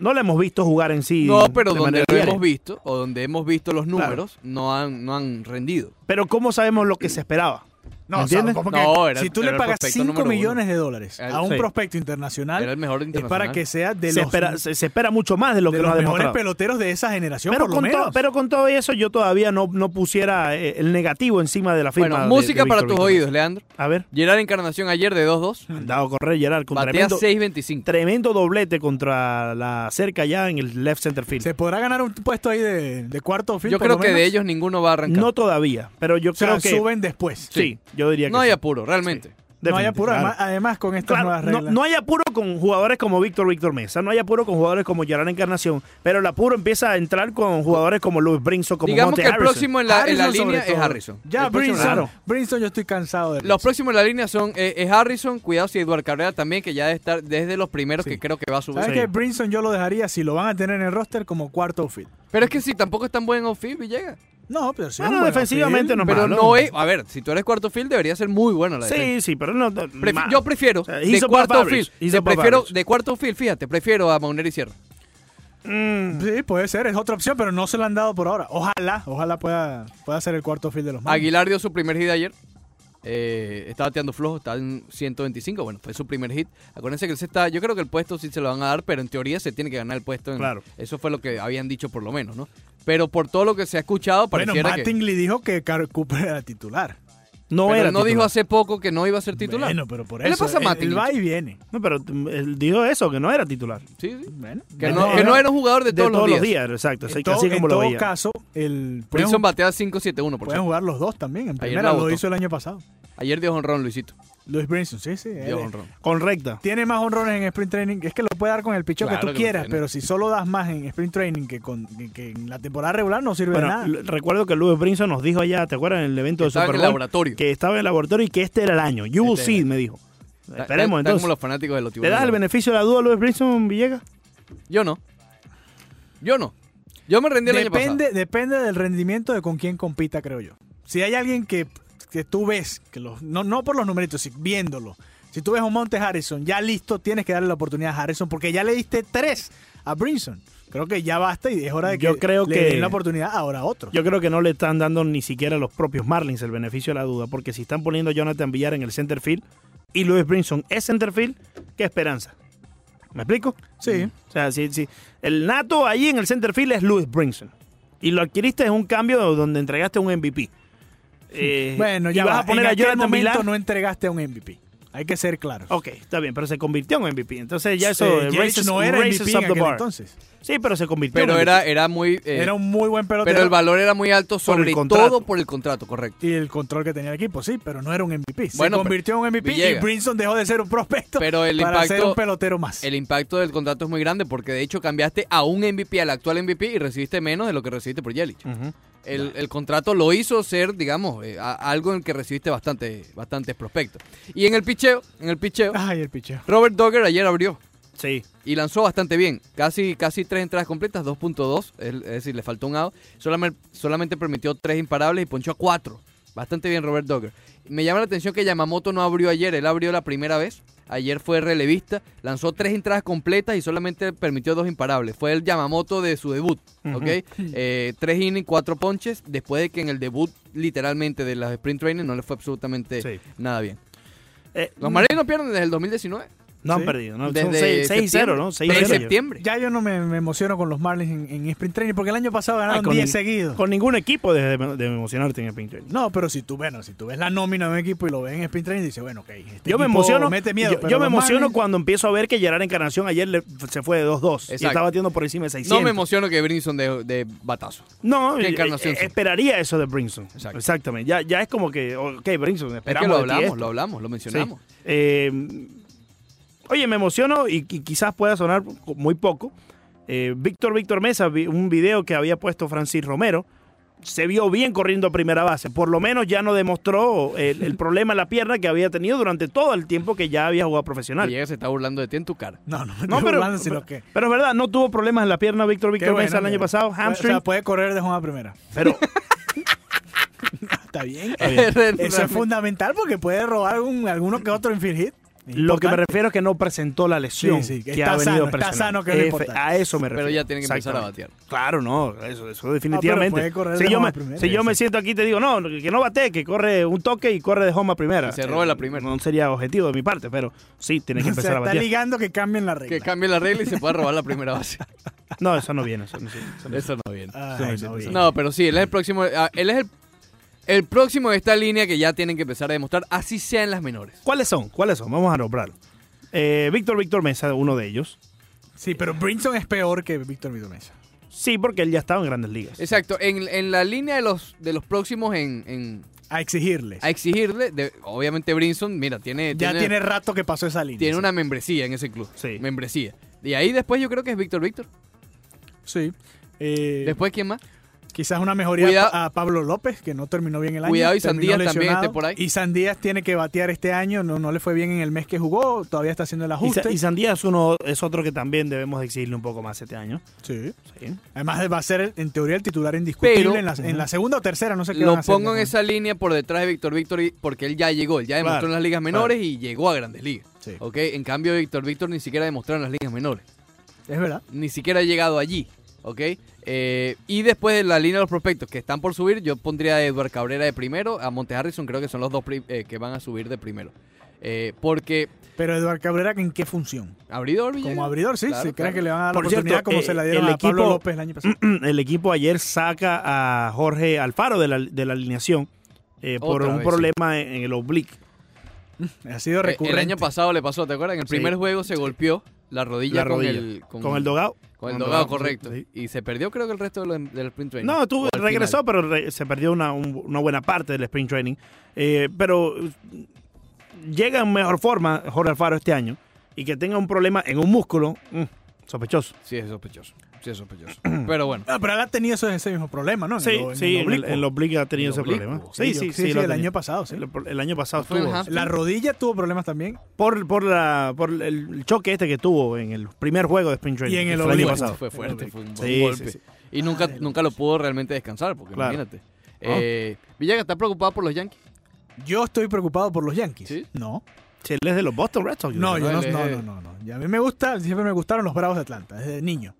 S2: no le hemos visto jugar en sí.
S1: No, pero
S2: de
S1: donde
S2: manera
S1: lo
S2: diaria.
S1: hemos visto, o donde hemos visto los
S2: Claro.
S1: números, no, han, no han rendido.
S2: Pero cómo sabemos lo que se esperaba.
S4: No,
S2: ¿Entiendes?
S4: como
S1: No, era-
S4: si tú
S1: era
S4: le
S1: el
S4: pagas
S1: prospecto
S4: 5
S1: número uno.
S4: millones de dólares a
S1: Era-
S4: un
S2: sí.
S4: prospecto internacional,
S1: Era el mejor
S4: es
S1: internacional.
S4: para que sea de
S2: se,
S4: los,
S2: espera, se, se espera mucho más de lo
S4: de
S2: que
S4: los
S2: nos ha
S4: mejores
S2: demostrado.
S4: peloteros de esa generación,
S2: Pero
S4: por lo
S2: con,
S4: menos.
S2: todo, pero con todo eso yo todavía no, no pusiera eh, el negativo encima de la firma.
S1: Bueno,
S2: de-
S1: música
S2: de
S1: para
S2: Víctor
S1: tus
S2: Víctor.
S1: oídos, Leandro.
S2: A ver,
S1: Gerard Encarnación ayer de 2-2.
S2: andado a correr Gerard con
S1: Batea
S2: tremendo,
S1: 6-25.
S2: tremendo doblete contra la cerca ya en el left center field.
S4: Se podrá ganar un puesto ahí de, de cuarto field.
S1: Yo
S4: por
S1: creo
S4: lo
S1: que de
S4: menos?
S1: ellos ninguno va a arrancar.
S2: No todavía, pero yo
S4: O sea,
S2: creo que
S4: suben después.
S2: sí, yo diría que
S1: No hay
S2: sí.
S1: apuro, realmente.
S4: No hay apuro,
S2: Definitivamente.
S4: además, además con estas
S2: Claro,
S4: nuevas
S2: no,
S4: reglas.
S2: no hay apuro con jugadores como Víctor Víctor Mesa, no hay apuro con jugadores como Yaran Encarnación, pero el apuro empieza a entrar con jugadores como Luis Brinson, como
S1: Digamos
S2: Monte
S1: que el
S2: Harrison.
S1: próximo en la, en la
S4: Harrison sobre
S1: línea es
S4: todo.
S1: Harrison.
S4: Ya,
S1: El próximo-
S4: Brinson.
S1: Claro.
S4: Brinson, yo estoy cansado de
S1: Los
S4: Brinson.
S1: próximos en la línea son eh, es Harrison, cuidado si Eduardo Cabrera también, que ya debe estar desde los primeros
S4: Sí.
S1: que creo que va a subir.
S4: ¿Sabes
S2: Sí.
S4: qué? Brinson yo lo dejaría, si lo van a tener en el roster, como cuarto outfield.
S1: Pero es que si tampoco es tan buen outfield, Villegas.
S4: No, pero sí.
S2: Bueno,
S4: es un buen
S2: defensivamente
S4: outfield.
S2: no es
S1: Pero
S2: malo.
S1: no es. A ver, si tú eres cuarto field, debería ser muy bueno la defensa.
S2: Sí, sí, pero no. no,
S1: Prefi-
S2: mal.
S1: yo prefiero
S2: sea,
S1: de
S2: he's above
S1: cuarto
S2: average.
S1: field.
S2: He's
S1: te
S2: above
S1: prefiero
S2: average.
S1: de cuarto field, fíjate, prefiero a Mauner y Sierra.
S2: Mm,
S4: Sí, puede ser, es otra opción, pero no se la han dado por ahora. Ojalá, ojalá pueda, pueda ser el cuarto field de los Marlins.
S1: Aguilar dio su primer hit ayer. Eh, está bateando flojo, está en 125. Bueno, fue su primer hit. Acuérdense que él se está. Yo creo que el puesto sí se lo van a dar, pero en teoría se tiene que ganar el puesto. en-
S2: Claro.
S1: Eso fue lo que habían dicho, por lo menos, ¿no? Pero por todo lo que se ha escuchado,
S4: Bueno,
S1: pareciera que.
S4: Mattingly dijo que Car- Cooper era titular.
S2: no
S1: Pero
S2: era.
S1: no dijo
S2: titular.
S1: hace poco que no iba a ser titular.
S4: Bueno, pero por
S1: ¿Qué le
S4: eso.
S1: pasa a
S4: él-
S1: Mattingly?
S4: Él va y viene.
S2: No, pero mm, él dijo eso, que no era titular.
S1: Sí, sí.
S4: Bueno,
S1: Que
S4: de
S1: no, que
S4: todas
S1: no
S4: maneras,
S1: era un jugador de,
S2: De todos, los días, exacto.
S4: en
S2: así-
S4: todo-
S2: así como
S4: en
S2: lo
S4: todo
S2: veía.
S4: caso, el pueden,
S1: Wilson batea 5-7-1, por
S4: pueden
S1: cierto.
S4: jugar los dos también. En
S1: la
S4: primera lo
S1: votó.
S4: hizo el año pasado.
S1: Ayer dio honrón, Luisito.
S4: Luis Brinson, sí, sí. él
S1: Dio
S4: es-
S1: honrón.
S2: Con recta.
S4: tiene más honrones en sprint training. Es que lo puede dar con el picho
S1: Claro
S4: que tú
S1: que lo
S4: quieras,
S1: tiene.
S4: pero si solo das más en sprint training que, con, que- que en la temporada regular no sirve de
S2: Bueno,
S4: nada.
S2: l- recuerdo que Luis Brinson nos dijo allá, ¿te acuerdas? En el evento de
S1: Estaba en
S2: Super
S1: el
S2: Bowl.
S1: laboratorio.
S2: que estaba en el laboratorio y que este era el año. You will
S1: Este
S2: see,
S1: era.
S2: me dijo.
S1: Está- está-
S2: Esperemos,
S1: está como
S2: entonces.
S1: los fanáticos de los
S2: ¿Le das el
S1: tiburones.
S2: beneficio de la duda a Luis Brinson, Villegas?
S1: Yo no. Yo no. Yo me rendí el año pasado.
S4: Depende, depende del rendimiento de con quién compita, creo yo. Si hay alguien que, que tú ves, que los, no, no por los numeritos, si- viéndolo. Si tú ves a un Monte Harrison ya listo, tienes que darle la oportunidad a Harrison porque ya le diste tres a Brinson. Creo que ya basta y es hora de que
S2: Yo creo
S4: le
S2: que-
S4: den la oportunidad ahora a otro.
S2: Yo creo que no le están dando ni siquiera a los propios Marlins el beneficio de la duda, porque si están poniendo a Jonathan Villar en el center field y Luis Brinson es center field, qué esperanza. ¿Me explico? Mm.
S4: sí.
S2: O sea, si, si el nato ahí en el center field es Luis Brinson y lo adquiriste en un cambio donde entregaste un MVP. Eh,
S4: Bueno, ya
S2: y vas
S4: va.
S2: a poner
S4: en
S2: a
S4: aquel
S2: Jonathan
S4: momento
S2: Villar.
S4: no entregaste a un MVP. Hay que ser claro.
S2: Ok, está bien, pero se convirtió en MVP. Entonces ya eso
S4: Eh,
S2: eh,
S4: Yates
S2: raises-
S4: no era
S2: raises
S4: MVP en
S2: up the
S4: aquel
S2: bar.
S4: entonces.
S2: Sí, pero se convirtió.
S1: Pero
S2: en
S1: era, era muy. eh,
S4: Era un muy buen pelotero.
S1: pero el valor era muy alto, sobre
S2: contrato.
S1: todo por el contrato, correcto.
S4: y el control que tenía el equipo, sí, pero no era un MVP.
S1: Bueno,
S4: se convirtió en un MVP
S1: Villegas.
S4: y Brinson dejó de ser un prospecto
S1: Pero el
S4: para ser
S1: impacto-
S4: un pelotero más.
S1: El impacto del contrato es muy grande porque de hecho cambiaste a un MVP, al actual MVP, y recibiste menos de lo que recibiste por Yelich.
S2: MVP. Ujú.
S1: El, el contrato lo hizo ser, digamos, eh, a- algo en el que recibiste bastante, bastantes prospectos. Y en el picheo, en el picheo,
S4: Ay, el picheo.
S1: Robert Dogger ayer abrió
S2: Sí.
S1: y lanzó bastante bien. Casi, casi tres entradas completas, 2.2, es, es decir, le faltó un out. Solamente, solamente permitió tres imparables y ponchó a cuatro. Bastante bien Robert Dogger. Me llama la atención que Yamamoto no abrió ayer, él abrió la primera vez. Ayer fue relevista, lanzó tres entradas completas y solamente permitió dos imparables. Fue el Yamamoto de su debut, ¿ok? Eh, tres innings, cuatro ponches, después de que en el debut, literalmente, de las sprint training no le fue absolutamente
S2: Sí.
S1: nada bien.
S2: Eh,
S1: Los marinos pierden desde el 2019.
S2: No han
S4: Sí.
S2: perdido, ¿no? Son
S1: Desde
S2: 6 y 0,
S1: septiembre.
S2: ¿no? 6
S1: Desde
S2: 0.
S1: septiembre.
S4: Ya yo no me, me emociono con los Marlins en, en sprint training porque el año pasado
S2: Ay,
S4: ganaron
S2: con
S4: 10
S2: el-
S4: seguidos.
S2: Con ningún equipo de, de emocionarte en el Pink
S1: este
S2: Training.
S4: No, pero si tú, bueno, si tú ves la nómina de un equipo y lo ves en sprint training, dices, bueno, ok. este
S2: Yo me
S4: equipo
S2: emociono,
S4: Mete miedo,
S2: yo- yo,
S4: pero
S2: me
S4: los
S2: emociono
S4: Marlins-
S2: cuando empiezo a ver que Gerard Encarnación ayer le- se fue de 2-2 y
S1: Exacto.
S2: está batiendo por encima de 600.
S1: No me emociono que Brinson de, de batazo.
S2: No,
S1: que
S2: eh,
S1: Encarnación
S2: eh,
S1: sí.
S2: esperaría eso de Brinson.
S1: Exacto.
S2: Exactamente. Ya, ya es como que, ok, Brinson,
S1: Es
S2: esperamos
S1: que lo
S2: de ti
S1: hablamos,
S2: esto.
S1: lo hablamos, lo
S2: Sí.
S1: mencionamos.
S2: Eh, oye, me emociono y, y quizás pueda sonar muy poco. Eh, Víctor Víctor Mesa, vi- un video que había puesto Francis Romero, se vio bien corriendo a primera base. Por lo menos ya no demostró el, el problema en la pierna que había tenido durante todo el tiempo que ya había jugado profesional.
S1: Villegas se está burlando de ti en tu cara.
S4: No, no,
S2: No,
S4: no,
S2: pero,
S4: pero, sino que,
S2: pero, pero es verdad, no tuvo problemas en la pierna Víctor
S4: qué
S2: Víctor
S4: bueno,
S2: Mesa el año
S4: mira.
S2: pasado,
S4: Puede-
S2: hamstring,
S4: O sea, puede correr de Juan a primera.
S2: pero
S4: Está bien. Eso es
S1: Realmente.
S4: fundamental porque puede robar algún, alguno que otro infin hit.
S2: lo que me
S4: Importante.
S2: refiero es que no presentó la lesión
S4: Sí, sí, que
S2: que
S4: está
S2: ha venido
S4: sano, está
S2: presentando.
S4: sano, que es lo
S2: Efe-
S4: importante.
S2: A eso me refiero.
S1: Pero ya tiene que empezar a
S2: Exactamente.
S1: batear.
S2: Claro, no, eso, eso
S4: Ah, pero
S2: definitivamente.
S4: puede correr
S2: si
S4: de
S2: yo,
S4: home
S2: me,
S4: a primera,
S2: si yo me
S4: sí.
S2: siento aquí y te digo, no, que no bate, que corre un toque y corre de home a primera.
S1: Y se robe la primera.
S2: No sería objetivo de mi parte, pero sí, tiene que
S4: O sea,
S2: empezar a
S4: está
S2: batear.
S4: ligando que cambien la regla.
S1: Que cambie la regla y se pueda robar la primera base.
S2: No, eso no viene. Eso no, eso no-
S1: Eso no viene.
S4: Ay,
S2: Sí,
S4: Ah, no,
S2: sí, sí.
S4: bien.
S1: No, pero sí, él es el próximo. ah, Él es el, el próximo de esta línea que ya tienen que empezar a demostrar, así sea en las menores.
S2: ¿Cuáles son? ¿Cuáles son? Vamos a nombrarlo. Eh, Víctor Víctor Mesa, uno de ellos.
S4: Sí, pero Brinson es peor que Víctor Víctor Mesa.
S2: Sí, porque él ya estaba en grandes ligas.
S1: Exacto, en, en la línea de los, de los próximos en, en-
S4: A exigirle.
S1: a exigirle, de- obviamente Brinson, mira, tiene,
S4: Ya tiene rato que pasó esa línea.
S1: tiene
S4: sí.
S1: una membresía en ese club.
S2: Sí.
S1: Membresía. Y ahí después yo creo que es Víctor Víctor.
S4: Sí. Eh,
S1: Después, ¿quién más?
S4: Quizás una mejoría
S1: Cuidado-
S4: a Pablo López, que no terminó bien el año.
S1: Cuidado, y
S4: terminó
S1: Sandías también
S4: lesionado.
S1: esté por ahí.
S4: Y Sandías tiene que batear este año, no, no le fue bien en el mes que jugó, todavía está haciendo el
S2: Y, Sa-
S4: ajuste.
S2: y Sandía es, uno, es otro que también debemos exigirle un poco más este año.
S4: Sí.
S2: Sí.
S4: Además va a ser, en teoría, el titular indiscutible
S1: Pero-
S4: en, la, en la segunda o tercera, no sé qué van
S1: Lo
S4: a hacer
S1: pongo en
S4: con-
S1: esa línea por detrás de Víctor Víctor y- porque él ya llegó, él ya demostró
S2: Claro,
S1: en las ligas menores y llegó a grandes ligas.
S4: Sí.
S1: ¿ok? En cambio, Víctor Víctor ni siquiera demostró en las ligas menores,
S4: Es verdad.
S1: ni siquiera ha llegado allí. ¿ok? Eh, y después de la línea de los prospectos que están por subir, yo pondría a Edward Cabrera de primero, a Monte Harrison creo que son los dos pri- eh, que van a subir de primero. Eh, porque
S4: Pero Eduardo Cabrera, ¿en qué función?
S1: abridor Villegas?
S4: Como abridor, sí,
S1: Claro,
S4: sí, creen
S1: claro.
S4: que le van a dar
S2: Por
S4: la oportunidad
S2: cierto,
S4: como
S2: eh,
S4: se la dieron
S2: el
S4: a Pablo
S2: equipo-
S4: López el año pasado.
S2: Mm, el equipo ayer saca a Jorge Alfaro de la, de la alineación eh, por
S1: Otra
S2: un
S1: vez,
S2: problema en, en el oblique.
S4: ha sido
S1: Eh,
S4: recurrente.
S1: el año pasado le pasó, ¿te acuerdas? En el
S2: Sí.
S1: primer juego se golpeó la rodilla,
S2: La rodilla.
S1: con el
S2: Con, el dogado.
S1: Con el
S2: Con
S1: dogado,
S2: Dogao,
S1: correcto.
S2: sí.
S1: Y se perdió creo que el resto de los- del sprint training.
S2: No, tú
S1: O al
S2: regresó,
S1: final.
S2: pero re- se perdió una, un- una buena parte del sprint training. Eh, pero eh, llega en mejor forma Jorge Alfaro este año y que tenga un problema en un músculo, mm, sospechoso.
S1: Sí, es sospechoso. Sí, es sospechoso. Pero bueno.
S4: Ah, pero él ha tenido eso- ese mismo problema, Ah, ¿no? En
S2: Sí,
S4: el- en
S2: sí,
S4: el
S2: en el,
S4: oblicuo.
S2: en el oblique ha tenido
S1: En el
S2: ese
S1: oblicuo.
S2: problema.
S4: Sí, yo- sí, sí,
S2: lo
S4: el
S2: tenía.
S4: año pasado, sí.
S2: El, el año pasado
S1: Fue en
S2: estuvo.
S1: Hampton.
S4: La rodilla tuvo problemas también.
S2: Por, por, la, por el choque este que tuvo en el primer juego de Spring Training.
S4: Y en
S2: que
S4: el
S2: fue
S1: Fue
S4: oblicuo.
S2: año pasado.
S1: Fue fuerte, fue un buen
S2: Sí,
S1: golpe.
S2: sí, sí.
S1: Y nunca,
S4: Ah,
S1: nunca lo pudo realmente descansar, porque
S2: Claro.
S1: imagínate. Eh, Villegas, ¿está preocupado por los Yankees?
S4: Yo estoy preocupado por los Yankees.
S1: ¿Sí?
S4: No.
S2: Sí, él es de los Boston Red Sox.
S4: No,
S2: creo.
S4: yo no,
S1: Dale.
S4: no, no, no, no. Y a mí me gusta, siempre me gustaron los Bravos de Atlanta, desde niño.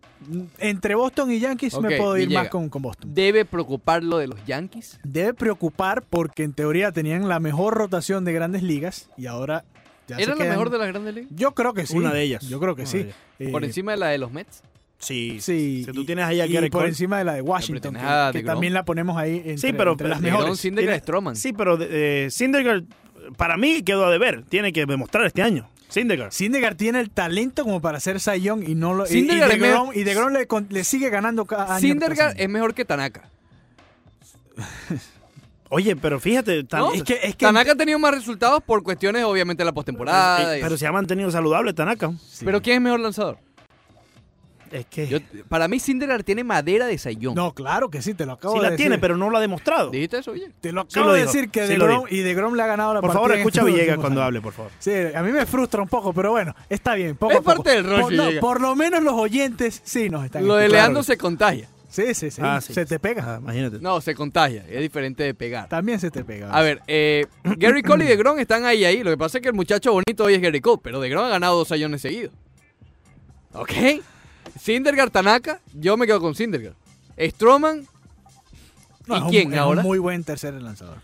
S4: Entre Boston y Yankees
S1: Ok,
S4: me puedo ir
S1: Villegas.
S4: más con, con Boston.
S1: ¿Debe preocupar lo de los Yankees?
S4: Debe preocupar porque en teoría tenían la mejor rotación de grandes ligas y ahora ya se
S1: ¿Era la
S4: quedan-
S1: mejor de las grandes ligas?
S4: Yo creo que sí.
S2: Una de ellas.
S4: Yo creo que
S2: Una de
S4: sí.
S2: ellas.
S4: Eh,
S1: Por encima de la de los Mets.
S2: Sí,
S4: Sí.
S2: Si tú tienes ahí a
S4: y
S2: Gerrit
S4: por
S2: Cole.
S4: encima de la de Washington,
S1: tenés a
S4: que, que
S1: DeGrom.
S4: también la ponemos ahí entre,
S2: Sí, pero-
S4: entre las
S2: pero-
S1: Mejores.
S4: mejores.
S1: Sin de
S2: Mira,
S1: Stroman.
S2: Sí, pero eh, Syndergaard, para mí, quedó a deber. Tiene que demostrar este año. Syndergaard.
S4: Syndergaard tiene el talento como para ser Cy Young y no lo y- y
S1: Syndergaard es
S4: DeGrom-
S1: mejor-
S4: y DeGrom le, con- le sigue ganando cada año.
S1: Syndergaard
S4: tras año.
S1: es mejor que Tanaka.
S2: Oye, pero fíjate, tan- Eh,
S1: ¿no?
S2: es que-
S4: es que-
S1: Tanaka ha tenido más resultados por cuestiones, obviamente, de la
S2: eh,
S1: postemporada. y-
S2: pero se ha mantenido saludable Tanaka.
S4: Sí. Eh.
S1: Pero ¿quién es mejor lanzador?
S2: Es que
S1: Yo- para mí, Cinderar tiene madera de sayón.
S4: No, claro que sí, te lo acabo
S2: sí
S4: de
S2: la
S4: decir.
S2: tiene, pero no lo ha demostrado.
S1: ¿Dijiste eso oye?
S4: Te lo acabo
S2: Sí lo
S4: de
S2: dijo,
S4: decir que
S2: sí
S4: de
S2: lo
S4: Grom,
S2: dijo.
S4: y de Grom le ha ganado la
S2: Por
S4: partida
S2: favor,
S4: en
S2: escucha a
S4: estos
S2: Villegas
S4: últimos
S2: cuando
S4: años.
S2: hable, por favor.
S4: Sí, a mí me frustra un poco, pero bueno, está bien. Poco,
S1: Es
S4: a poco.
S1: parte del rol,
S4: por, no,
S1: Villegas.
S4: por lo menos los oyentes sí nos están
S1: Lo de
S4: escuchando.
S1: Leandro se contagia.
S4: Sí, sí, sí.
S2: Ah, sí.
S4: Se te pega.
S2: Ah, imagínate.
S1: No, se contagia. Es diferente de pegar.
S4: También se te pega.
S1: A ver, eh, Gary Cole y DeGrom están ahí, ahí. Lo que pasa es que el muchacho bonito hoy es Gary Cole, pero DeGrom ha ganado dos años seguidos. ¿Ok? Sindergaard, Tanaka, yo me quedo con Sindergaard. Stroman,
S4: No,
S1: ¿y
S4: es un-
S1: quién
S4: es un
S1: ahora?
S4: muy buen tercer lanzador.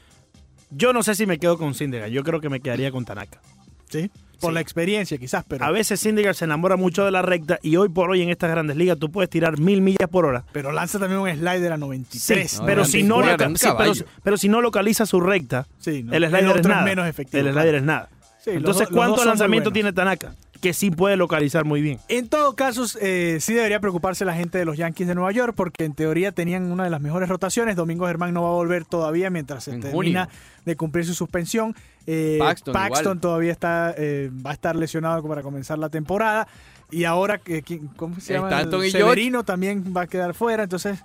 S2: Yo no sé si me quedo con Sindegar. Yo creo que me quedaría con Tanaka.
S4: ¿Sí? Por
S2: Sí.
S4: la experiencia, quizás, pero,
S2: A veces Sindegar se enamora mucho de la recta y hoy por hoy en estas grandes ligas tú puedes tirar mil millas por hora.
S4: pero lanza también un slider a 93.
S2: Sí,
S1: No,
S2: pero,
S1: grande,
S2: si no
S1: un
S2: loca-
S1: gran
S2: sí, pero,
S1: caballo.
S2: pero si no localiza su recta,
S4: Sí, no,
S2: el slider
S4: otro
S2: es nada.
S4: menos efectivo.
S2: el slider es nada.
S4: Sí, los
S2: Entonces,
S4: dos- los dos
S2: ¿cuántos
S4: son muy
S2: lanzamientos tiene
S4: buenos.
S2: Tanaka? Que sí puede localizar muy bien.
S4: En todo caso, eh, sí debería preocuparse la gente de los Yankees de Nueva York, porque en teoría tenían una de las mejores rotaciones. Domingo Germán no va a volver todavía mientras se
S1: En
S4: termina
S1: junio.
S4: de cumplir su suspensión. Eh,
S1: Paxton igual.
S4: todavía está, eh, va a estar lesionado para comenzar la temporada. Y ahora, que- ¿quién- ¿cómo se llama?
S1: Stanton y
S4: Severino también va a quedar fuera. Entonces,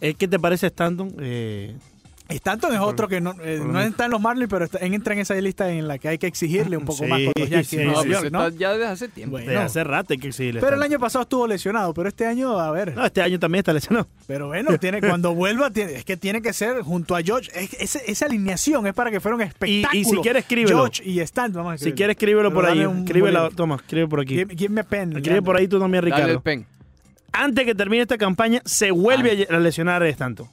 S2: Eh, ¿Qué te parece Stanton? Eh,
S4: Stanton es otro que no, eh, no está en los Marlins, pero está- entra en esa lista en la que hay que exigirle un
S2: Sí,
S4: poco más con los Yankees
S2: sí,
S4: de
S1: no,
S4: Nueva
S2: sí,
S1: pues
S4: York,
S1: eso
S4: ¿no?
S1: está ya desde hace tiempo.
S4: Bueno.
S2: de hace rato hay que exigirle
S4: Pero el
S2: Stanton.
S4: año pasado estuvo lesionado, pero este año, a ver.
S2: No, este año también está lesionado.
S4: Pero bueno, tiene, cuando vuelva, tiene- es que tiene que ser junto a George. Es- esa- esa alineación es para que fuera un espectáculo.
S2: Y- y si quiere, escríbelo.
S4: George y Stanton. Vamos a
S2: Si
S4: escribirlo.
S2: quieres, escríbelo
S4: Pero
S2: por ahí.
S4: dame un
S2: Escríbelo,
S4: bolígrafo.
S2: toma, escribe por aquí.
S4: Give, give me a pen.
S2: Escribe
S4: Leandro.
S2: por ahí tú también,
S1: Dale el
S2: Ricardo.
S1: pen.
S2: Antes que termine esta campaña, se vuelve a lesionar a Stanton.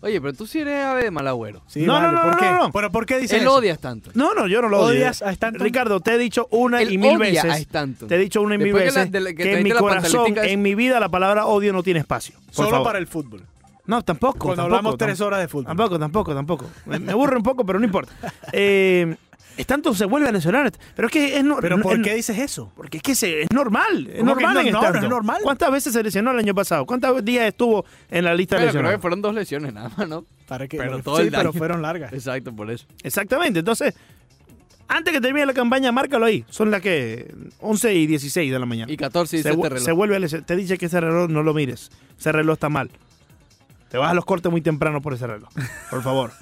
S1: Oye, pero tú sí eres ave de mal agüero.
S4: Sí,
S2: No,
S4: vale,
S2: no, no,
S4: ¿por
S2: no,
S4: qué?
S2: no, no.
S4: ¿Pero por qué dice
S1: Él
S4: eso?
S1: odias tanto.
S2: No, no, yo no lo odio. ¿eh?
S4: ¿Odias a Stanton?
S2: Ricardo, te he dicho una
S1: Él
S2: y mil
S1: odia a
S2: veces.
S1: Stanton.
S2: Te he dicho una y mil
S1: Después que la-
S2: veces
S1: de la- que
S2: que, en
S1: trajiste
S2: mi
S1: la
S2: corazón,
S1: pantaletica es-
S2: en mi vida, la palabra odio no tiene espacio. Por
S4: Solo
S2: favor.
S4: para el fútbol.
S2: No, tampoco.
S4: Cuando
S2: tampoco,
S4: hablamos tres
S2: tampoco.
S4: horas de fútbol.
S2: Tampoco, tampoco, tampoco. Me, me aburre un poco, pero no importa. Eh, Stanton se vuelve a lesionar. Pero es que es, no-
S4: ¿Pero por
S2: es-
S4: qué dices eso?
S2: Porque es que se- es normal. Es
S4: ¿Cómo que
S2: normal
S4: no?
S2: en
S4: No, no
S2: Stanton.
S4: es normal.
S2: ¿Cuántas veces se lesionó el año pasado? ¿Cuántos días estuvo en la lista de
S1: Bueno, creo que
S2: lesionados?
S1: fueron dos lesiones nada más, ¿no?
S4: ¿Para qué?
S1: Pero
S4: Sí,
S1: todo el
S4: pero
S1: daño.
S4: fueron largas.
S1: Exacto, por eso.
S2: Exactamente. Entonces, antes que termine la campaña, márcalo ahí. Son las que 11 y 16 de la mañana.
S1: Y 14 dice
S2: se, vu-
S1: este reloj.
S2: se vuelve a lesionar. Te dice que ese reloj no lo mires. Ese reloj está mal. Te vas a los cortes muy temprano por ese reloj. Por favor.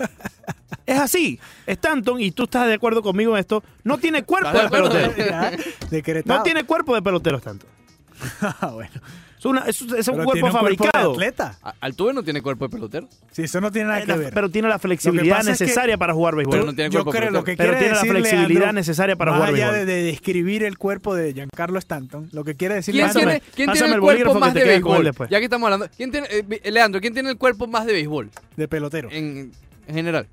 S2: es así. Stanton, y tú estás de acuerdo conmigo en esto, no tiene cuerpo de
S1: ¿Estás de acuerdo?
S2: pelotero.
S4: Ya, decretado.
S2: No tiene cuerpo de pelotero, Stanton.
S4: Ah, bueno.
S2: Es, una- es- es un
S4: Pero
S2: cuerpo
S4: tiene un cuerpo de
S2: fabricado.
S4: atleta.
S1: A- Altuve no tiene cuerpo de pelotero.
S4: Sí, eso no tiene nada
S2: Eh,
S4: que
S2: la-
S4: ver.
S2: pero tiene la flexibilidad
S4: pasa es que-
S2: necesaria para jugar béisbol.
S1: Pero no tiene
S4: Yo
S1: cuerpo
S4: creo
S1: para
S4: lo que
S2: Pero
S4: quiere
S2: tiene la
S4: decir
S2: flexibilidad
S4: Leandro,
S2: necesaria para
S4: más
S2: jugar
S4: allá de,
S2: béisbol.
S4: de describir el cuerpo de Giancarlo Stanton, lo que quiere decir
S1: ¿Quién
S4: Leandro-
S2: Pásame-
S1: tiene, quién
S2: pásame
S1: tiene
S2: el
S1: el
S2: bolígrafo
S1: cuerpo
S2: que
S1: más
S2: te
S1: de
S2: queda con él
S1: béisbol?
S2: después.
S1: Ya que estamos hablando. ¿Quién tiene, eh, vi- Leandro, ¿quién tiene el cuerpo más de béisbol
S4: de pelotero.
S1: en, en general?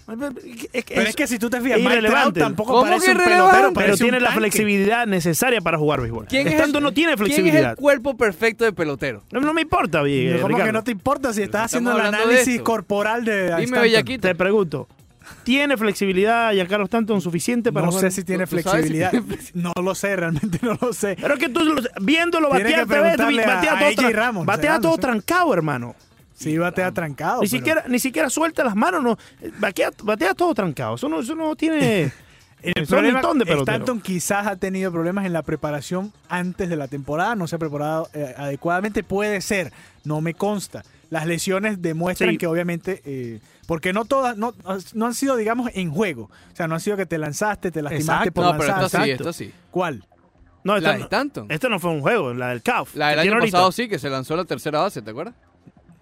S2: Es que-
S4: Pero
S2: es-
S4: es que si tú te fijas, Mike Trout
S2: irrelevante.
S4: tampoco
S1: ¿Cómo que
S4: parece un
S1: irrelevante?
S4: pelotero,
S2: pero
S4: parece
S2: tiene
S4: un
S2: la
S4: tanque.
S2: flexibilidad necesaria para jugar béisbol.
S1: ¿Quién es
S2: Stanton
S1: el-
S2: no tiene
S1: ¿Quién es
S2: flexibilidad.
S1: el cuerpo perfecto de pelotero?
S2: No, no me importa, bien,
S4: Pero ¿Cómo
S2: Ricardo.
S4: que no te importa si
S1: Estamos
S4: estás haciendo el
S1: hablando de
S4: análisis
S1: esto.
S4: corporal de
S1: Dime,
S4: Stanton?
S1: Bellaquito.
S2: Te pregunto, ¿tiene flexibilidad Giancarlo Stanton suficiente para
S4: No
S2: jugar?
S4: sé si tiene
S1: ¿Tú- tú sabes si
S4: flexibilidad.
S1: tiene
S4: No lo sé, realmente no lo sé.
S2: Pero es que tú lo- viéndolo
S4: Tiene
S2: batear,
S4: que
S2: te ves, tú-
S4: preguntarle a-
S2: batea
S4: a
S2: todo,
S4: AJ
S2: tran-
S4: Ramos,
S2: batea
S4: Ramos,
S2: todo
S4: sí.
S2: trancado, hermano.
S4: Sí, batea trancado.
S2: Ni
S4: pero-
S2: siquiera, ni siquiera suelta las manos, no. Batea, batea todo trancado. Eso no, eso no tiene.
S4: El
S2: Son un
S4: problema
S2: montón de peloteros.
S4: Stanton quizás ha tenido problemas en la preparación antes de la temporada, no se ha preparado eh, adecuadamente, puede ser, no me consta. Las lesiones demuestran
S2: Sí.
S4: que obviamente, eh, porque no todas, no, no han sido, digamos, en juego. O sea, no han sido que te lanzaste, te lastimaste
S2: Exacto.
S4: por
S1: no, pero
S4: lanzar.
S1: esto sí,
S2: exacto.
S1: esto sí.
S4: ¿Cuál?
S2: No, esta
S1: La de
S2: no-
S1: Stanton.
S2: Esta no fue un juego, la del CAF.
S1: La del
S2: que
S1: año
S2: tiene ahorita.
S1: pasado sí, que se lanzó la tercera base, ¿te acuerdas?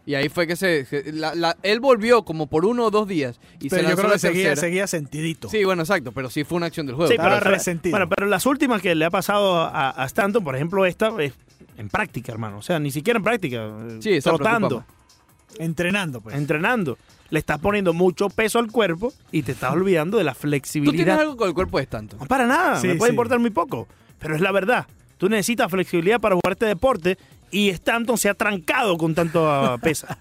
S1: Y ahí fue que se... se- la- la- él volvió como por uno o dos días y se
S4: Pero yo
S1: lanzó
S4: creo
S1: la
S4: que seguía,
S1: tercera.
S4: seguía sentidito.
S1: Sí, bueno, exacto, pero sí fue una acción del juego.
S2: Sí,
S4: Estaba
S2: pero,
S4: resentido.
S2: bueno, pero las últimas que le ha pasado a, a Stanton, por ejemplo, esta es en práctica, hermano. O sea, ni siquiera en práctica. eh,
S1: Sí, eso
S2: trotando,
S1: preocupa
S4: Entrenando, pues.
S2: entrenando. Le estás poniendo mucho peso al cuerpo y te estás olvidando de la
S1: ¿Tú tienes
S2: flexibilidad.
S1: algo con el cuerpo de Stanton?
S2: No, para nada,
S4: Sí,
S2: me puede
S4: sí.
S2: importar muy poco. Pero es la verdad. Tú necesitas flexibilidad para jugar este deporte y Stanton se ha trancado con tanto pesa.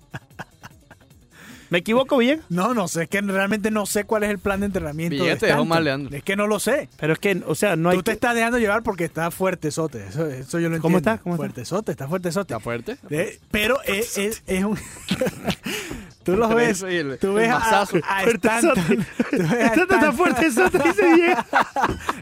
S2: ¿Me equivoco bien?
S4: No, no sé, es que realmente no sé cuál es el plan de entrenamiento.
S1: Villegas
S4: de
S1: te dejó
S4: Stanton.
S1: mal, Leandro.
S4: Es que no lo sé.
S2: Pero es que, o sea, no hay.
S4: Tú te estás dejando llevar porque está fuerte Sote. Eso, eso yo lo entiendo.
S2: ¿Cómo está? ¿Cómo está?
S4: fuerte Sote, está fuerte Sote.
S1: ¿Está fuerte?
S4: De- pero es, es- es un. e, Tú los
S1: Entre
S4: ves.
S1: eso y el-
S4: Tú ves
S1: el
S4: a-
S1: mazazo.
S4: a,
S2: Fuertezote.
S4: Stanton. Tú ves a
S2: Está tan
S4: Stanton.
S2: fuerte eso, dice Diego.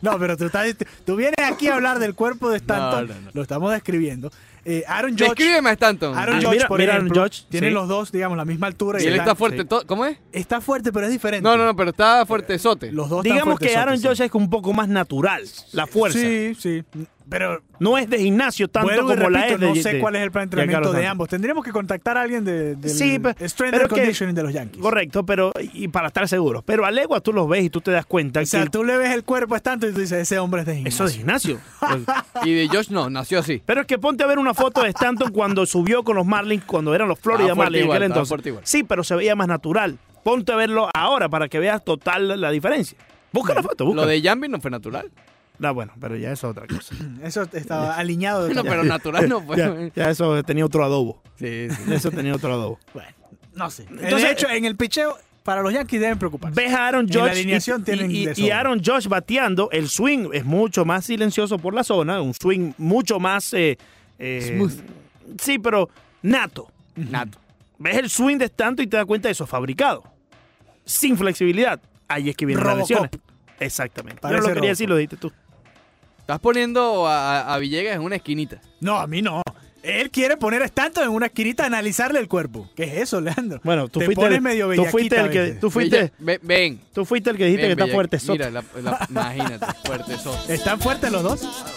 S4: No, pero tú, estás- tú vienes aquí a hablar del cuerpo de Stanton.
S1: No, no, no.
S4: Lo estamos describiendo. Eh, Aaron Judge.
S1: Descríbeme a Stanton.
S4: Aaron
S2: Ah,
S4: Judge,
S2: mira-
S4: por
S2: mira Aaron
S4: ejemplo,
S2: Judge,
S4: tienen
S2: sí.
S4: los dos, digamos, la misma altura.
S1: Y él
S4: están-
S1: está fuerte.
S4: sí.
S1: to- ¿Cómo es?
S4: Está fuerte, pero es diferente.
S1: No, no, no, pero está fuertezote.
S4: Los dos están
S2: Digamos que
S4: fuertezotes,
S2: Aaron
S4: sí.
S2: Judge es un poco más natural, la fuerza.
S4: Sí, sí. Pero
S2: No es de gimnasio tanto
S4: vuelvo y
S2: como la
S4: repito,
S2: es de
S4: no sé
S2: de-
S4: cuál es el plan de
S2: de
S4: entrenamiento
S2: Giancarlo
S4: de
S2: Stanton.
S4: ambos. Tendríamos que contactar a alguien de, del
S2: Sí, pe-
S4: Strength
S2: pero
S4: and
S2: que-
S4: Conditioning de los Yankees.
S2: Correcto, pero y para estar seguros. Pero a legua tú los ves y tú te das cuenta
S4: O
S2: que
S4: sea,
S2: el-
S4: tú le ves el cuerpo a Stanton y tú dices, ese hombre es de gimnasio.
S2: eso es de gimnasio.
S1: Y de Josh no, nació así.
S2: Pero es que ponte a ver una foto de Stanton cuando subió con los Marlins, cuando eran los Florida
S1: Estaba Ah, fuerte
S2: Marlins en
S1: igual,
S2: aquel
S1: estaba
S2: entonces.
S1: fuerte igual.
S2: Sí, pero se veía más natural. Ponte a verlo ahora para que veas total la diferencia. Busca la foto, busca.
S1: Lo de Jambi no fue natural.
S2: Ah, bueno, pero ya eso es otra cosa.
S4: Eso estaba alineado. de
S1: No,
S4: todo.
S1: pero natural no
S2: ya,
S1: fue.
S2: ya eso tenía otro adobo.
S1: Sí, sí.
S2: Eso tenía otro adobo.
S4: Bueno, no sé.
S2: Entonces-
S4: de hecho, en el picheo, para los Yankees deben preocuparse.
S2: Ves a Aaron
S4: Y la
S2: Judge
S4: alineación tienen
S2: y-
S4: de
S2: y
S4: sobra.
S2: Aaron Judge bateando, el swing es mucho más silencioso por la zona, un swing mucho más... eh, eh,
S1: Smooth.
S2: Sí, pero nato.
S1: Nato.
S2: Ves el swing de Stanton y te das cuenta de eso, fabricado. Sin flexibilidad. Ahí es que vienen las
S4: Robocop.
S2: lesiones. Exactamente. Yo no
S4: Parece
S2: lo quería
S4: Robocop.
S2: decir, lo dijiste tú.
S1: Estás poniendo a, a Villegas en una esquinita.
S4: No, a mí no. Él quiere poner a Stanton en una esquinita a analizarle el cuerpo. ¿Qué es eso, Leandro?
S2: Bueno, tú
S4: Te
S2: fuiste
S4: pones
S2: el,
S4: medio
S2: tú fuiste
S4: bellaquita
S2: el
S4: a
S2: que
S4: veces.
S2: tú fuiste,
S1: Villa- ve- ven.
S2: tú fuiste el que dijiste
S1: ven,
S2: que está
S1: Villegas.
S2: fuerte. Soto.
S1: Mira, la, la- imagínate, fuertezote.
S4: ¿Están fuertes los dos?